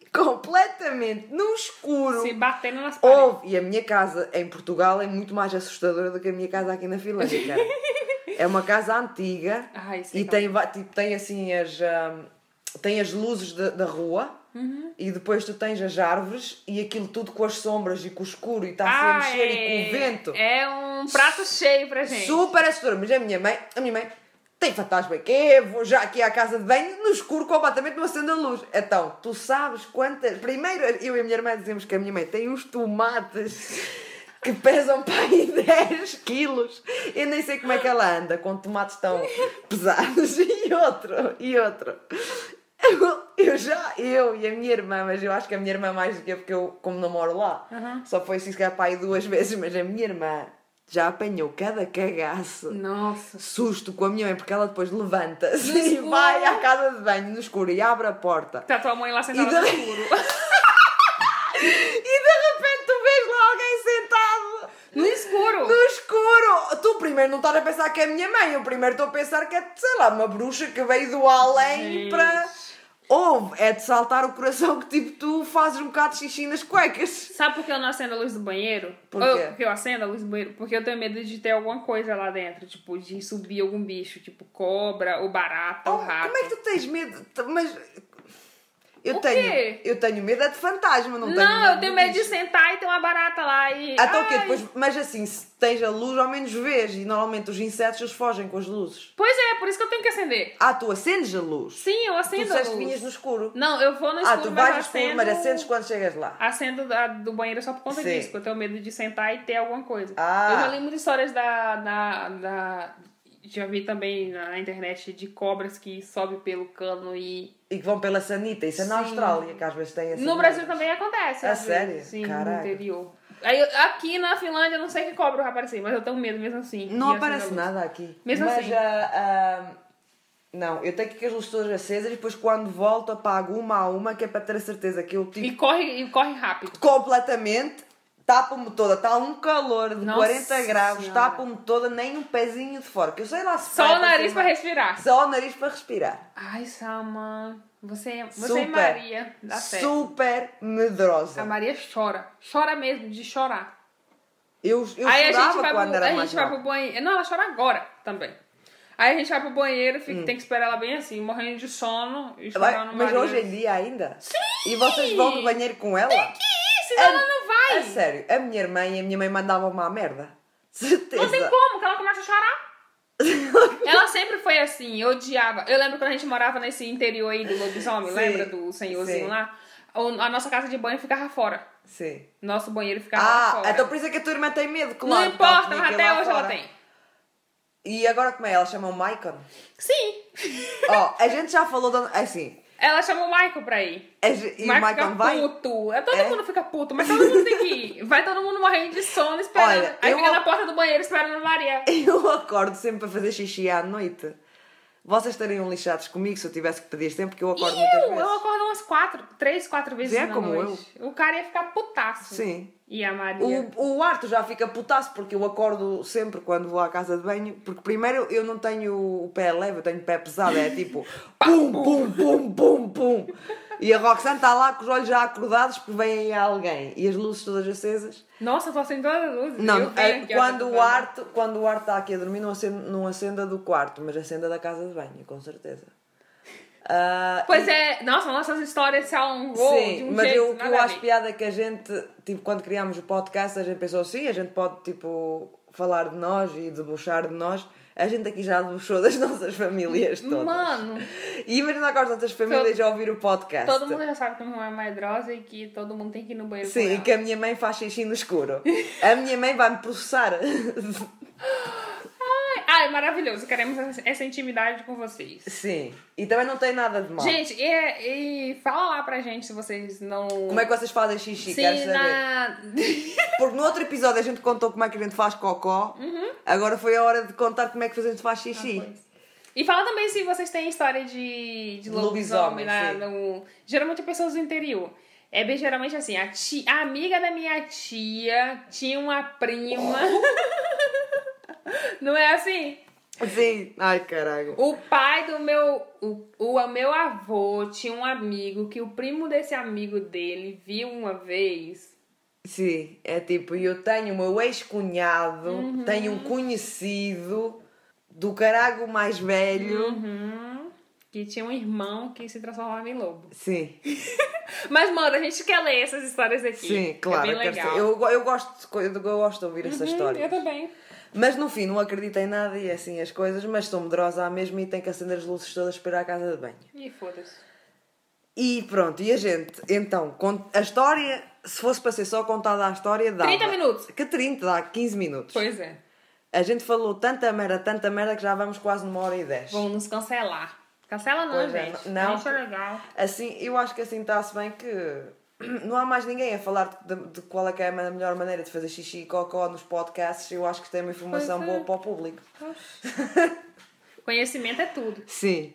Speaker 2: completamente no escuro.
Speaker 1: Se batendo nas paredes.
Speaker 2: Houve, e a minha casa em Portugal é muito mais assustadora do que a minha casa aqui na Finlândia, cara. é uma casa antiga
Speaker 1: Ai, é sei
Speaker 2: e
Speaker 1: lá.
Speaker 2: tem, va- tipo, tem assim as, ahm, tem as luzes da, da rua
Speaker 1: Uhum.
Speaker 2: e depois tu tens as árvores e aquilo tudo com as sombras e com o escuro e está a se mexer e tá com o vento.
Speaker 1: Ah, É um prato cheio pra gente.
Speaker 2: Super assustador, mas a minha mãe, a minha mãe tem fantasma que eu vou já aqui à casa de banho no escuro completamente não acendo a luz. Então, tu sabes quantas. Primeiro, eu e a minha irmã dizemos que a minha mãe tem uns tomates que pesam para aí 10 quilos. Eu nem sei como é que ela anda com tomates tão pesados. E outro, e outro. Eu, eu já, eu e a minha irmã, mas eu acho que a minha irmã é mais do que eu, porque eu, como não moro lá,
Speaker 1: Aham.
Speaker 2: só foi assim se calhar para aí duas vezes, mas a minha irmã já apanhou cada cagaço,
Speaker 1: Nossa.
Speaker 2: susto com a minha mãe, porque ela depois levanta-se
Speaker 1: No
Speaker 2: e
Speaker 1: escuro.
Speaker 2: vai à casa de banho no escuro e abre a porta.
Speaker 1: Tá tua mãe lá sentada
Speaker 2: E
Speaker 1: no
Speaker 2: daí-
Speaker 1: escuro.
Speaker 2: E de repente tu vês lá alguém sentado
Speaker 1: No escuro.
Speaker 2: no escuro. Tu primeiro não estás a pensar que é a minha mãe, eu primeiro estou a pensar que é, sei lá, uma bruxa que veio do além
Speaker 1: Gente.
Speaker 2: para. Ou é de saltar o coração que tipo tu fazes um bocado de xixi nas cuecas.
Speaker 1: Sabe por que eu não acendo a luz do banheiro?
Speaker 2: Por
Speaker 1: Ou
Speaker 2: quê?
Speaker 1: porque eu acendo a luz do banheiro? Porque eu tenho medo de ter alguma coisa lá dentro. Tipo, de subir algum bicho. Tipo, cobra, ou barata,
Speaker 2: Oh,
Speaker 1: ou rato.
Speaker 2: Como é que tu tens medo? Mas Eu
Speaker 1: O
Speaker 2: tenho,
Speaker 1: quê?
Speaker 2: eu tenho medo é de fantasma, não, tenho
Speaker 1: Não,
Speaker 2: medo
Speaker 1: eu tenho
Speaker 2: do
Speaker 1: medo de
Speaker 2: bicho.
Speaker 1: sentar e ter uma barata lá e.
Speaker 2: Até Então o
Speaker 1: Ai.
Speaker 2: quê? Ah, tá Depois, mas assim, se tens a luz, ao menos vês. E normalmente os insetos eles fogem com as luzes.
Speaker 1: Pois é, por isso que eu tenho que acender.
Speaker 2: Ah, tu acendes a luz.
Speaker 1: Sim, eu
Speaker 2: tu
Speaker 1: acendo. a
Speaker 2: disseste que
Speaker 1: luz.
Speaker 2: vinhas no escuro.
Speaker 1: Não, eu vou no
Speaker 2: ah,
Speaker 1: escuro,
Speaker 2: tu
Speaker 1: mas
Speaker 2: vais no escuro,
Speaker 1: acendo.
Speaker 2: mas acendes quando chegas lá.
Speaker 1: Acendo da- do banheiro é só por conta
Speaker 2: Sim.
Speaker 1: disso, porque eu tenho medo de sentar e ter alguma coisa.
Speaker 2: Ah.
Speaker 1: Eu já li muitas histórias da, da, da- Já vi também na internet de cobras que sobe pelo cano e.
Speaker 2: E que vão pela sanita. Isso é na
Speaker 1: Sim.
Speaker 2: Austrália, que às vezes tem assim.
Speaker 1: No Brasil também acontece.
Speaker 2: É
Speaker 1: às vezes.
Speaker 2: sério?
Speaker 1: Sim, no
Speaker 2: Caraca.
Speaker 1: interior. Aí, eu- aqui na Finlândia, eu não sei que cobra vai aparecer, mas eu tenho medo mesmo assim.
Speaker 2: Não
Speaker 1: E acendo a
Speaker 2: aparece
Speaker 1: luz.
Speaker 2: nada aqui.
Speaker 1: Mesmo
Speaker 2: mas,
Speaker 1: assim.
Speaker 2: ah, ah, não, eu tenho que ir com as luzes todas acesas e depois quando volto apago uma a uma, que é para ter a certeza que eu tipo,
Speaker 1: E corre, e corre rápido.
Speaker 2: completamente tapa-me toda. Está um calor de
Speaker 1: Nossa
Speaker 2: 40 graus,
Speaker 1: Senhora.
Speaker 2: tapa-me toda, nem um pezinho de fora. Que eu sei lá se
Speaker 1: Só
Speaker 2: vai
Speaker 1: o nariz
Speaker 2: cima.
Speaker 1: pra respirar.
Speaker 2: Só o nariz para respirar.
Speaker 1: Ai, Salma. Você, você é
Speaker 2: Super.
Speaker 1: Maria da fé.
Speaker 2: Super medrosa.
Speaker 1: A Maria chora. Chora mesmo, de chorar.
Speaker 2: Eu, eu
Speaker 1: aí a gente,
Speaker 2: chorava
Speaker 1: vai
Speaker 2: quando
Speaker 1: pro,
Speaker 2: era
Speaker 1: a
Speaker 2: mais
Speaker 1: gente vai
Speaker 2: nova.
Speaker 1: pro banheiro. Não, ela chora agora também. Aí a gente vai pro banheiro, fica, tem que esperar ela bem assim, morrendo de sono e
Speaker 2: Hum. Vai-
Speaker 1: chorando.
Speaker 2: Mas
Speaker 1: Maria.
Speaker 2: hoje em dia ainda? Sim! E vocês vão no banheiro com ela?
Speaker 1: Ih, senão
Speaker 2: É-
Speaker 1: ela não vai.
Speaker 2: É sério, a minha irmã e a minha mãe mandavam-me à merda. Certeza.
Speaker 1: Não tem como, que ela começa a chorar. ela sempre foi assim, eu odiava. Eu lembro quando a gente morava nesse interior aí do lobisomem,
Speaker 2: Sim,
Speaker 1: lembra do senhorzinho
Speaker 2: sim.
Speaker 1: lá? O- A nossa casa de banho ficava fora.
Speaker 2: Sim.
Speaker 1: Nosso banheiro ficava lá
Speaker 2: Ah,
Speaker 1: fora.
Speaker 2: então por isso é que a tua irmã tem medo, claro.
Speaker 1: não
Speaker 2: que ela
Speaker 1: importa,
Speaker 2: tinha
Speaker 1: mas
Speaker 2: que ir
Speaker 1: até
Speaker 2: lá
Speaker 1: hoje ela
Speaker 2: fora.
Speaker 1: tem.
Speaker 2: E agora como é? Ela chama o Michael?
Speaker 1: Sim.
Speaker 2: Ó, a gente já falou, da- assim,
Speaker 1: Ela chamou o Michael pra ir.
Speaker 2: a ge- e o
Speaker 1: Michael
Speaker 2: Michael
Speaker 1: fica
Speaker 2: vai?
Speaker 1: puto. É, todo
Speaker 2: É?
Speaker 1: mundo fica puto, mas todo mundo tem que ir. Vai todo mundo morrendo de sono esperando.
Speaker 2: Olha,
Speaker 1: Aí
Speaker 2: eu-
Speaker 1: fica na porta do banheiro esperando a Maria.
Speaker 2: Eu acordo sempre para fazer xixi à noite. Vocês estariam lixados comigo se eu tivesse que pedir sempre, porque eu
Speaker 1: E
Speaker 2: acordo muitas
Speaker 1: eu,
Speaker 2: vezes.
Speaker 1: eu acordo umas quatro, três, quatro vezes
Speaker 2: Zé,
Speaker 1: na
Speaker 2: como
Speaker 1: noite. O cara ia ficar putaço.
Speaker 2: Sim.
Speaker 1: E a Maria.
Speaker 2: O, o Arthur já fica putaço porque eu acordo sempre quando vou à casa de banho. Porque primeiro eu não tenho o pé leve, eu tenho pé pesado. É tipo pum, pum, pum, pum, pum. E a Roxanne está lá com os olhos já acordados porque vem aí alguém. E as luzes todas acesas.
Speaker 1: Nossa, eu tô acendendo todas as luzes.
Speaker 2: Não,
Speaker 1: Eu
Speaker 2: é
Speaker 1: venho aqui, ó,
Speaker 2: quando,
Speaker 1: tô
Speaker 2: o
Speaker 1: falando.
Speaker 2: Arthur, quando o Arthur está aqui a dormir, não acenda, não acenda do quarto, mas acenda da casa de banho, com certeza. Ah,
Speaker 1: Pois é, nossa, nossas histórias são um gol de
Speaker 2: Sim,
Speaker 1: um
Speaker 2: mas
Speaker 1: jeito,
Speaker 2: eu, o que
Speaker 1: nada
Speaker 2: eu
Speaker 1: a
Speaker 2: acho
Speaker 1: ver.
Speaker 2: piada é que a gente, tipo, quando criámos o podcast, a gente pensou assim, a gente pode, tipo, falar de nós e debochar de nós. A gente aqui já debochou das nossas famílias todas.
Speaker 1: Mano.
Speaker 2: E imagina agora as outras famílias a ouvir o podcast.
Speaker 1: Todo mundo já sabe que a minha mãe é tipo medrosa e que todo mundo tem que ir no banheiro com
Speaker 2: Sim, e
Speaker 1: ela.
Speaker 2: que a minha mãe faz xixi no escuro. A minha mãe vai-me processar.
Speaker 1: Ai, ai, maravilhoso. Queremos essa- essa intimidade com vocês.
Speaker 2: Sim. E também não tem nada de mal.
Speaker 1: Gente, e, e fala lá pra gente se vocês não...
Speaker 2: Como é que vocês fazem xixi? Quero
Speaker 1: Se
Speaker 2: saber.
Speaker 1: na...
Speaker 2: Porque no outro episódio a gente contou como é que a gente faz cocó.
Speaker 1: Uhum.
Speaker 2: Agora foi a hora de contar como é que a gente faz xixi.
Speaker 1: Ah, E fala também se vocês têm história de, de lobisomem
Speaker 2: Lobisomem,
Speaker 1: lá
Speaker 2: sim.
Speaker 1: no... Geralmente é pessoas do interior. É bem geralmente assim, a, ti- a amiga da minha tia tinha uma prima. Não é assim?
Speaker 2: Sim. Ai, caralho.
Speaker 1: O pai do meu. O, o meu avô tinha um amigo que o primo desse amigo dele viu uma vez.
Speaker 2: Sim, é tipo, eu tenho o meu ex-cunhado,
Speaker 1: Uhum.
Speaker 2: tenho um conhecido do carago mais velho.
Speaker 1: Uhum. Que tinha um irmão que se transformava em lobo.
Speaker 2: Sim,
Speaker 1: Mas, mano, a gente quer ler essas histórias aqui.
Speaker 2: sim, claro.
Speaker 1: É bem
Speaker 2: quero
Speaker 1: legal.
Speaker 2: ser- eu, go- eu, gosto de, co- eu gosto de ouvir essa
Speaker 1: Uhum,
Speaker 2: história.
Speaker 1: Eu também.
Speaker 2: Mas no fim, não acredito em nada e assim as coisas, mas estou medrosa à mesma e tenho que acender as luzes todas para ir à casa de banho.
Speaker 1: E foda-se.
Speaker 2: E pronto, e a gente, então, con- a história, se fosse para ser só contada a história, dá.
Speaker 1: 30 minutos.
Speaker 2: Que 30, dá 15 minutos.
Speaker 1: Pois é.
Speaker 2: A gente falou tanta merda, tanta merda que já vamos quase numa hora e 10.
Speaker 1: Vão nos cancelar. Cancela não,
Speaker 2: Pois é,
Speaker 1: gente.
Speaker 2: não.
Speaker 1: A gente é legal.
Speaker 2: Assim, eu acho que assim está-se bem que não há mais ninguém a falar de, de qual é que é a ma- melhor maneira de fazer xixi e cocó nos podcasts. Eu acho que tem uma informação
Speaker 1: Pois é.
Speaker 2: boa para o público.
Speaker 1: Conhecimento é tudo.
Speaker 2: Sim.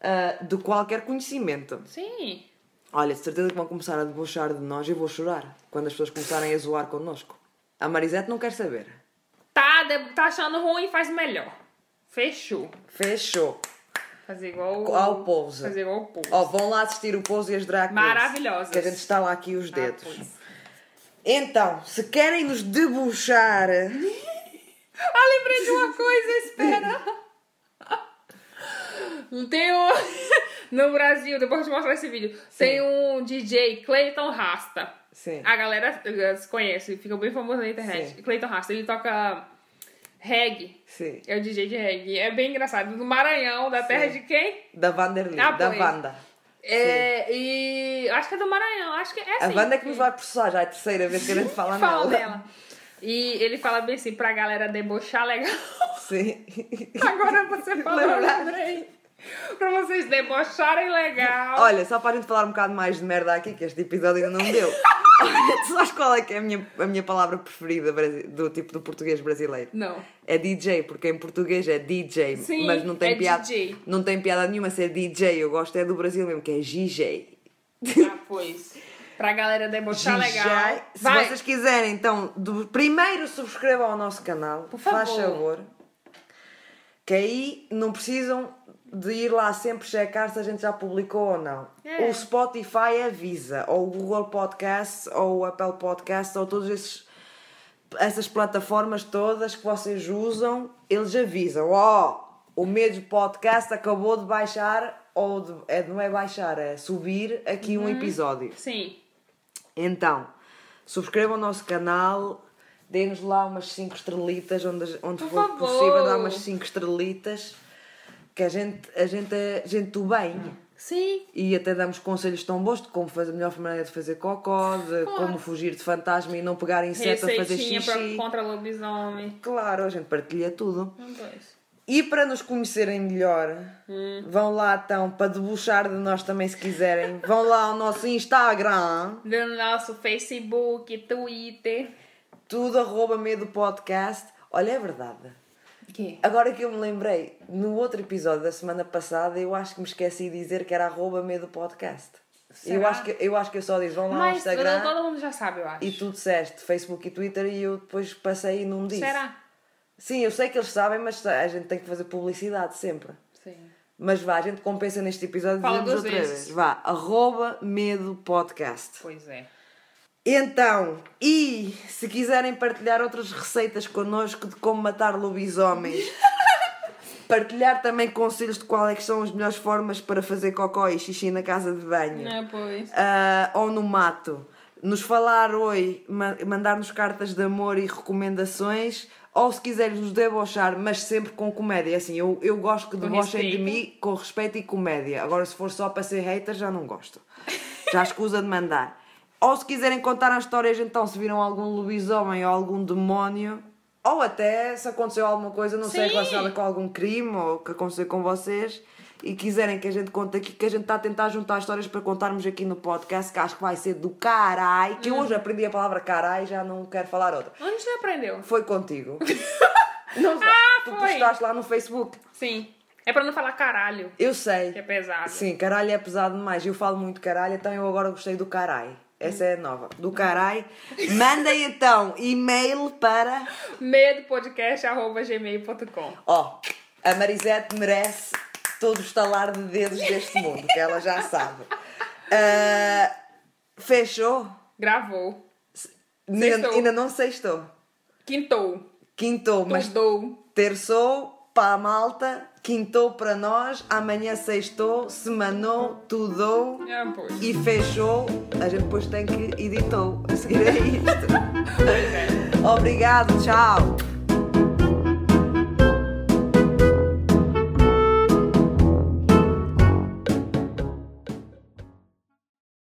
Speaker 2: Ah, de qualquer conhecimento.
Speaker 1: Sim.
Speaker 2: Olha, de certeza que vão começar a debochar de nós e eu vou chorar quando as pessoas começarem a zoar connosco. A Marisete não quer saber.
Speaker 1: Tá, de- tá achando ruim, faz melhor. Fechou.
Speaker 2: Fechou.
Speaker 1: Fazer igual o-
Speaker 2: Ao pouso.
Speaker 1: Fazer igual o pouso.
Speaker 2: Ó, vão lá assistir o Pouso e as Drag Race,
Speaker 1: Maravilhosas.
Speaker 2: Que a gente está lá aqui os
Speaker 1: Ah,
Speaker 2: dedos.
Speaker 1: pois.
Speaker 2: então, se querem nos debochar...
Speaker 1: Ah, lembrei de uma coisa, espera. Tem um... No Brasil, depois eu te mostrar esse vídeo, tem um DJ, Clayton Rasta.
Speaker 2: Sim.
Speaker 1: A galera eh, se conhece, fica bem famoso na internet.
Speaker 2: Sim.
Speaker 1: Clayton Rasta, ele toca reggae.
Speaker 2: Sim.
Speaker 1: É o DJ de reggae. É bem engraçado. Do Maranhão, da terra de quem?
Speaker 2: Da Vanderlei,
Speaker 1: Ah,
Speaker 2: da
Speaker 1: pois.
Speaker 2: Wanda.
Speaker 1: É, e acho que é do Maranhão, acho que é
Speaker 2: A
Speaker 1: assim.
Speaker 2: Wanda é que nos vai processar já é a terceira vez que a gente fala
Speaker 1: Fala
Speaker 2: nela.
Speaker 1: dela. E ele fala bem assim, pra galera debochar legal.
Speaker 2: Sim.
Speaker 1: Agora você falou, eu
Speaker 2: Lembrar.
Speaker 1: lembrei. Pra vocês debocharem legal.
Speaker 2: Olha, só para a gente falar um bocado mais de merda aqui, que este episódio ainda não deu. Tu sabes qual é que é a minha, a minha palavra preferida brasi- do tipo do português brasileiro?
Speaker 1: Não.
Speaker 2: É DJ, porque em português é DJ,
Speaker 1: Sim,
Speaker 2: mas não tem
Speaker 1: é
Speaker 2: piada.
Speaker 1: DJ.
Speaker 2: Não tem piada nenhuma ser DJ. Eu gosto é do Brasil mesmo, que é DJ.
Speaker 1: Ah, pois. Pra galera debochar Tá é legal.
Speaker 2: Se
Speaker 1: Vai.
Speaker 2: vocês quiserem, então, do- primeiro subscrevam ao nosso canal.
Speaker 1: Por favor.
Speaker 2: Faz favor. Que aí não precisam de ir lá sempre checar se a gente já publicou ou não.
Speaker 1: É.
Speaker 2: O Spotify avisa, ou o Google Podcast, ou o Apple Podcast, ou todos esses essas plataformas todas que vocês usam, eles avisam, ó, o mesmo podcast acabou de baixar ou de, é, não é baixar, é subir aqui
Speaker 1: Uhum.
Speaker 2: um episódio.
Speaker 1: Sim.
Speaker 2: Então, subscrevam o nosso canal, deem-nos lá umas 5 estrelitas, onde, onde
Speaker 1: Por
Speaker 2: for
Speaker 1: favor.
Speaker 2: possível, dá umas 5 estrelitas, que a gente, a gente, é gente do bem.
Speaker 1: Ah. Sim.
Speaker 2: E até damos conselhos tão bons de como fazer a melhor maneira de fazer cocó, de
Speaker 1: Claro.
Speaker 2: como fugir de fantasma e não pegar inseto a é fazer
Speaker 1: Receitinha pra,
Speaker 2: xixi.
Speaker 1: contra lobisomem.
Speaker 2: Claro, a gente partilha tudo.
Speaker 1: Um, dois.
Speaker 2: E para nos conhecerem melhor,
Speaker 1: Hum.
Speaker 2: vão lá então, para debochar de nós também se quiserem, vão lá ao nosso Instagram,
Speaker 1: No nosso Facebook, Twitter.
Speaker 2: tudo arroba medo podcast. Olha, é verdade.
Speaker 1: O quê?
Speaker 2: Agora que eu me lembrei, no outro episódio da semana passada, eu acho que me esqueci de dizer que era arroba medo podcast. Eu
Speaker 1: Será?
Speaker 2: acho, que, eu acho que eu só disse, vão lá ao
Speaker 1: Mas todo,
Speaker 2: Instagram
Speaker 1: todo mundo já sabe, eu acho.
Speaker 2: e tu disseste Facebook e Twitter e eu depois passei e não me disse.
Speaker 1: Será?
Speaker 2: Sim, eu sei que eles sabem, mas a gente tem que fazer publicidade sempre.
Speaker 1: Sim.
Speaker 2: Mas vá, a gente compensa neste episódio
Speaker 1: Fala
Speaker 2: dizemos
Speaker 1: duas
Speaker 2: outra
Speaker 1: vezes.
Speaker 2: vez. Vá, arroba medo podcast.
Speaker 1: Pois é.
Speaker 2: Então, e se quiserem partilhar outras receitas connosco de como matar lobisomens, partilhar também conselhos de quais é que são as melhores formas para fazer cocó e xixi na casa de banho
Speaker 1: Não, pois.
Speaker 2: ah, ou no mato, nos falar oi, ma- mandar-nos cartas de amor e recomendações, ou se quiseres nos debochar, mas sempre com comédia. Assim, eu, eu gosto que
Speaker 1: Com
Speaker 2: debochem de
Speaker 1: respeito.
Speaker 2: mim com respeito e comédia. Agora, se for só para ser hater, já não gosto. Já escusa de mandar. Ou se quiserem contar as histórias, então, se viram algum lobisomem ou algum demónio. Ou até se aconteceu alguma coisa, não sei,
Speaker 1: Sim.
Speaker 2: relacionada com algum crime ou que aconteceu com vocês e quiserem que a gente conte aqui, que a gente está a tentar juntar histórias para contarmos aqui no podcast, que acho que vai ser do carai, que eu
Speaker 1: Hum.
Speaker 2: hoje aprendi a palavra carai e já não quero falar outra.
Speaker 1: Onde você aprendeu?
Speaker 2: Foi contigo. não, sei,
Speaker 1: Ah,
Speaker 2: tu
Speaker 1: foi.
Speaker 2: postaste lá no Facebook.
Speaker 1: Sim. É pra não falar caralho,
Speaker 2: Eu sei.
Speaker 1: que é pesado.
Speaker 2: Sim, caralho é pesado demais. Eu falo muito caralho, então eu agora gostei do carai. Essa é a nova. Do carai. Mandem então e-mail para.
Speaker 1: Medopodcast.gmail.com
Speaker 2: Ó, a Marisete merece todo o estalar de dedos deste mundo, que ela já sabe. Ah, fechou?
Speaker 1: Gravou.
Speaker 2: Ainda,
Speaker 1: Sextou.
Speaker 2: ainda não sextou.
Speaker 1: Quintou.
Speaker 2: Quintou, mas
Speaker 1: Mudou.
Speaker 2: terçou para a malta, quintou para nós, amanhã sextou, semanou, tudou
Speaker 1: Ah, pois.
Speaker 2: e fechou. A gente depois tem que editou. A seguir é isto. Obrigado, tchau.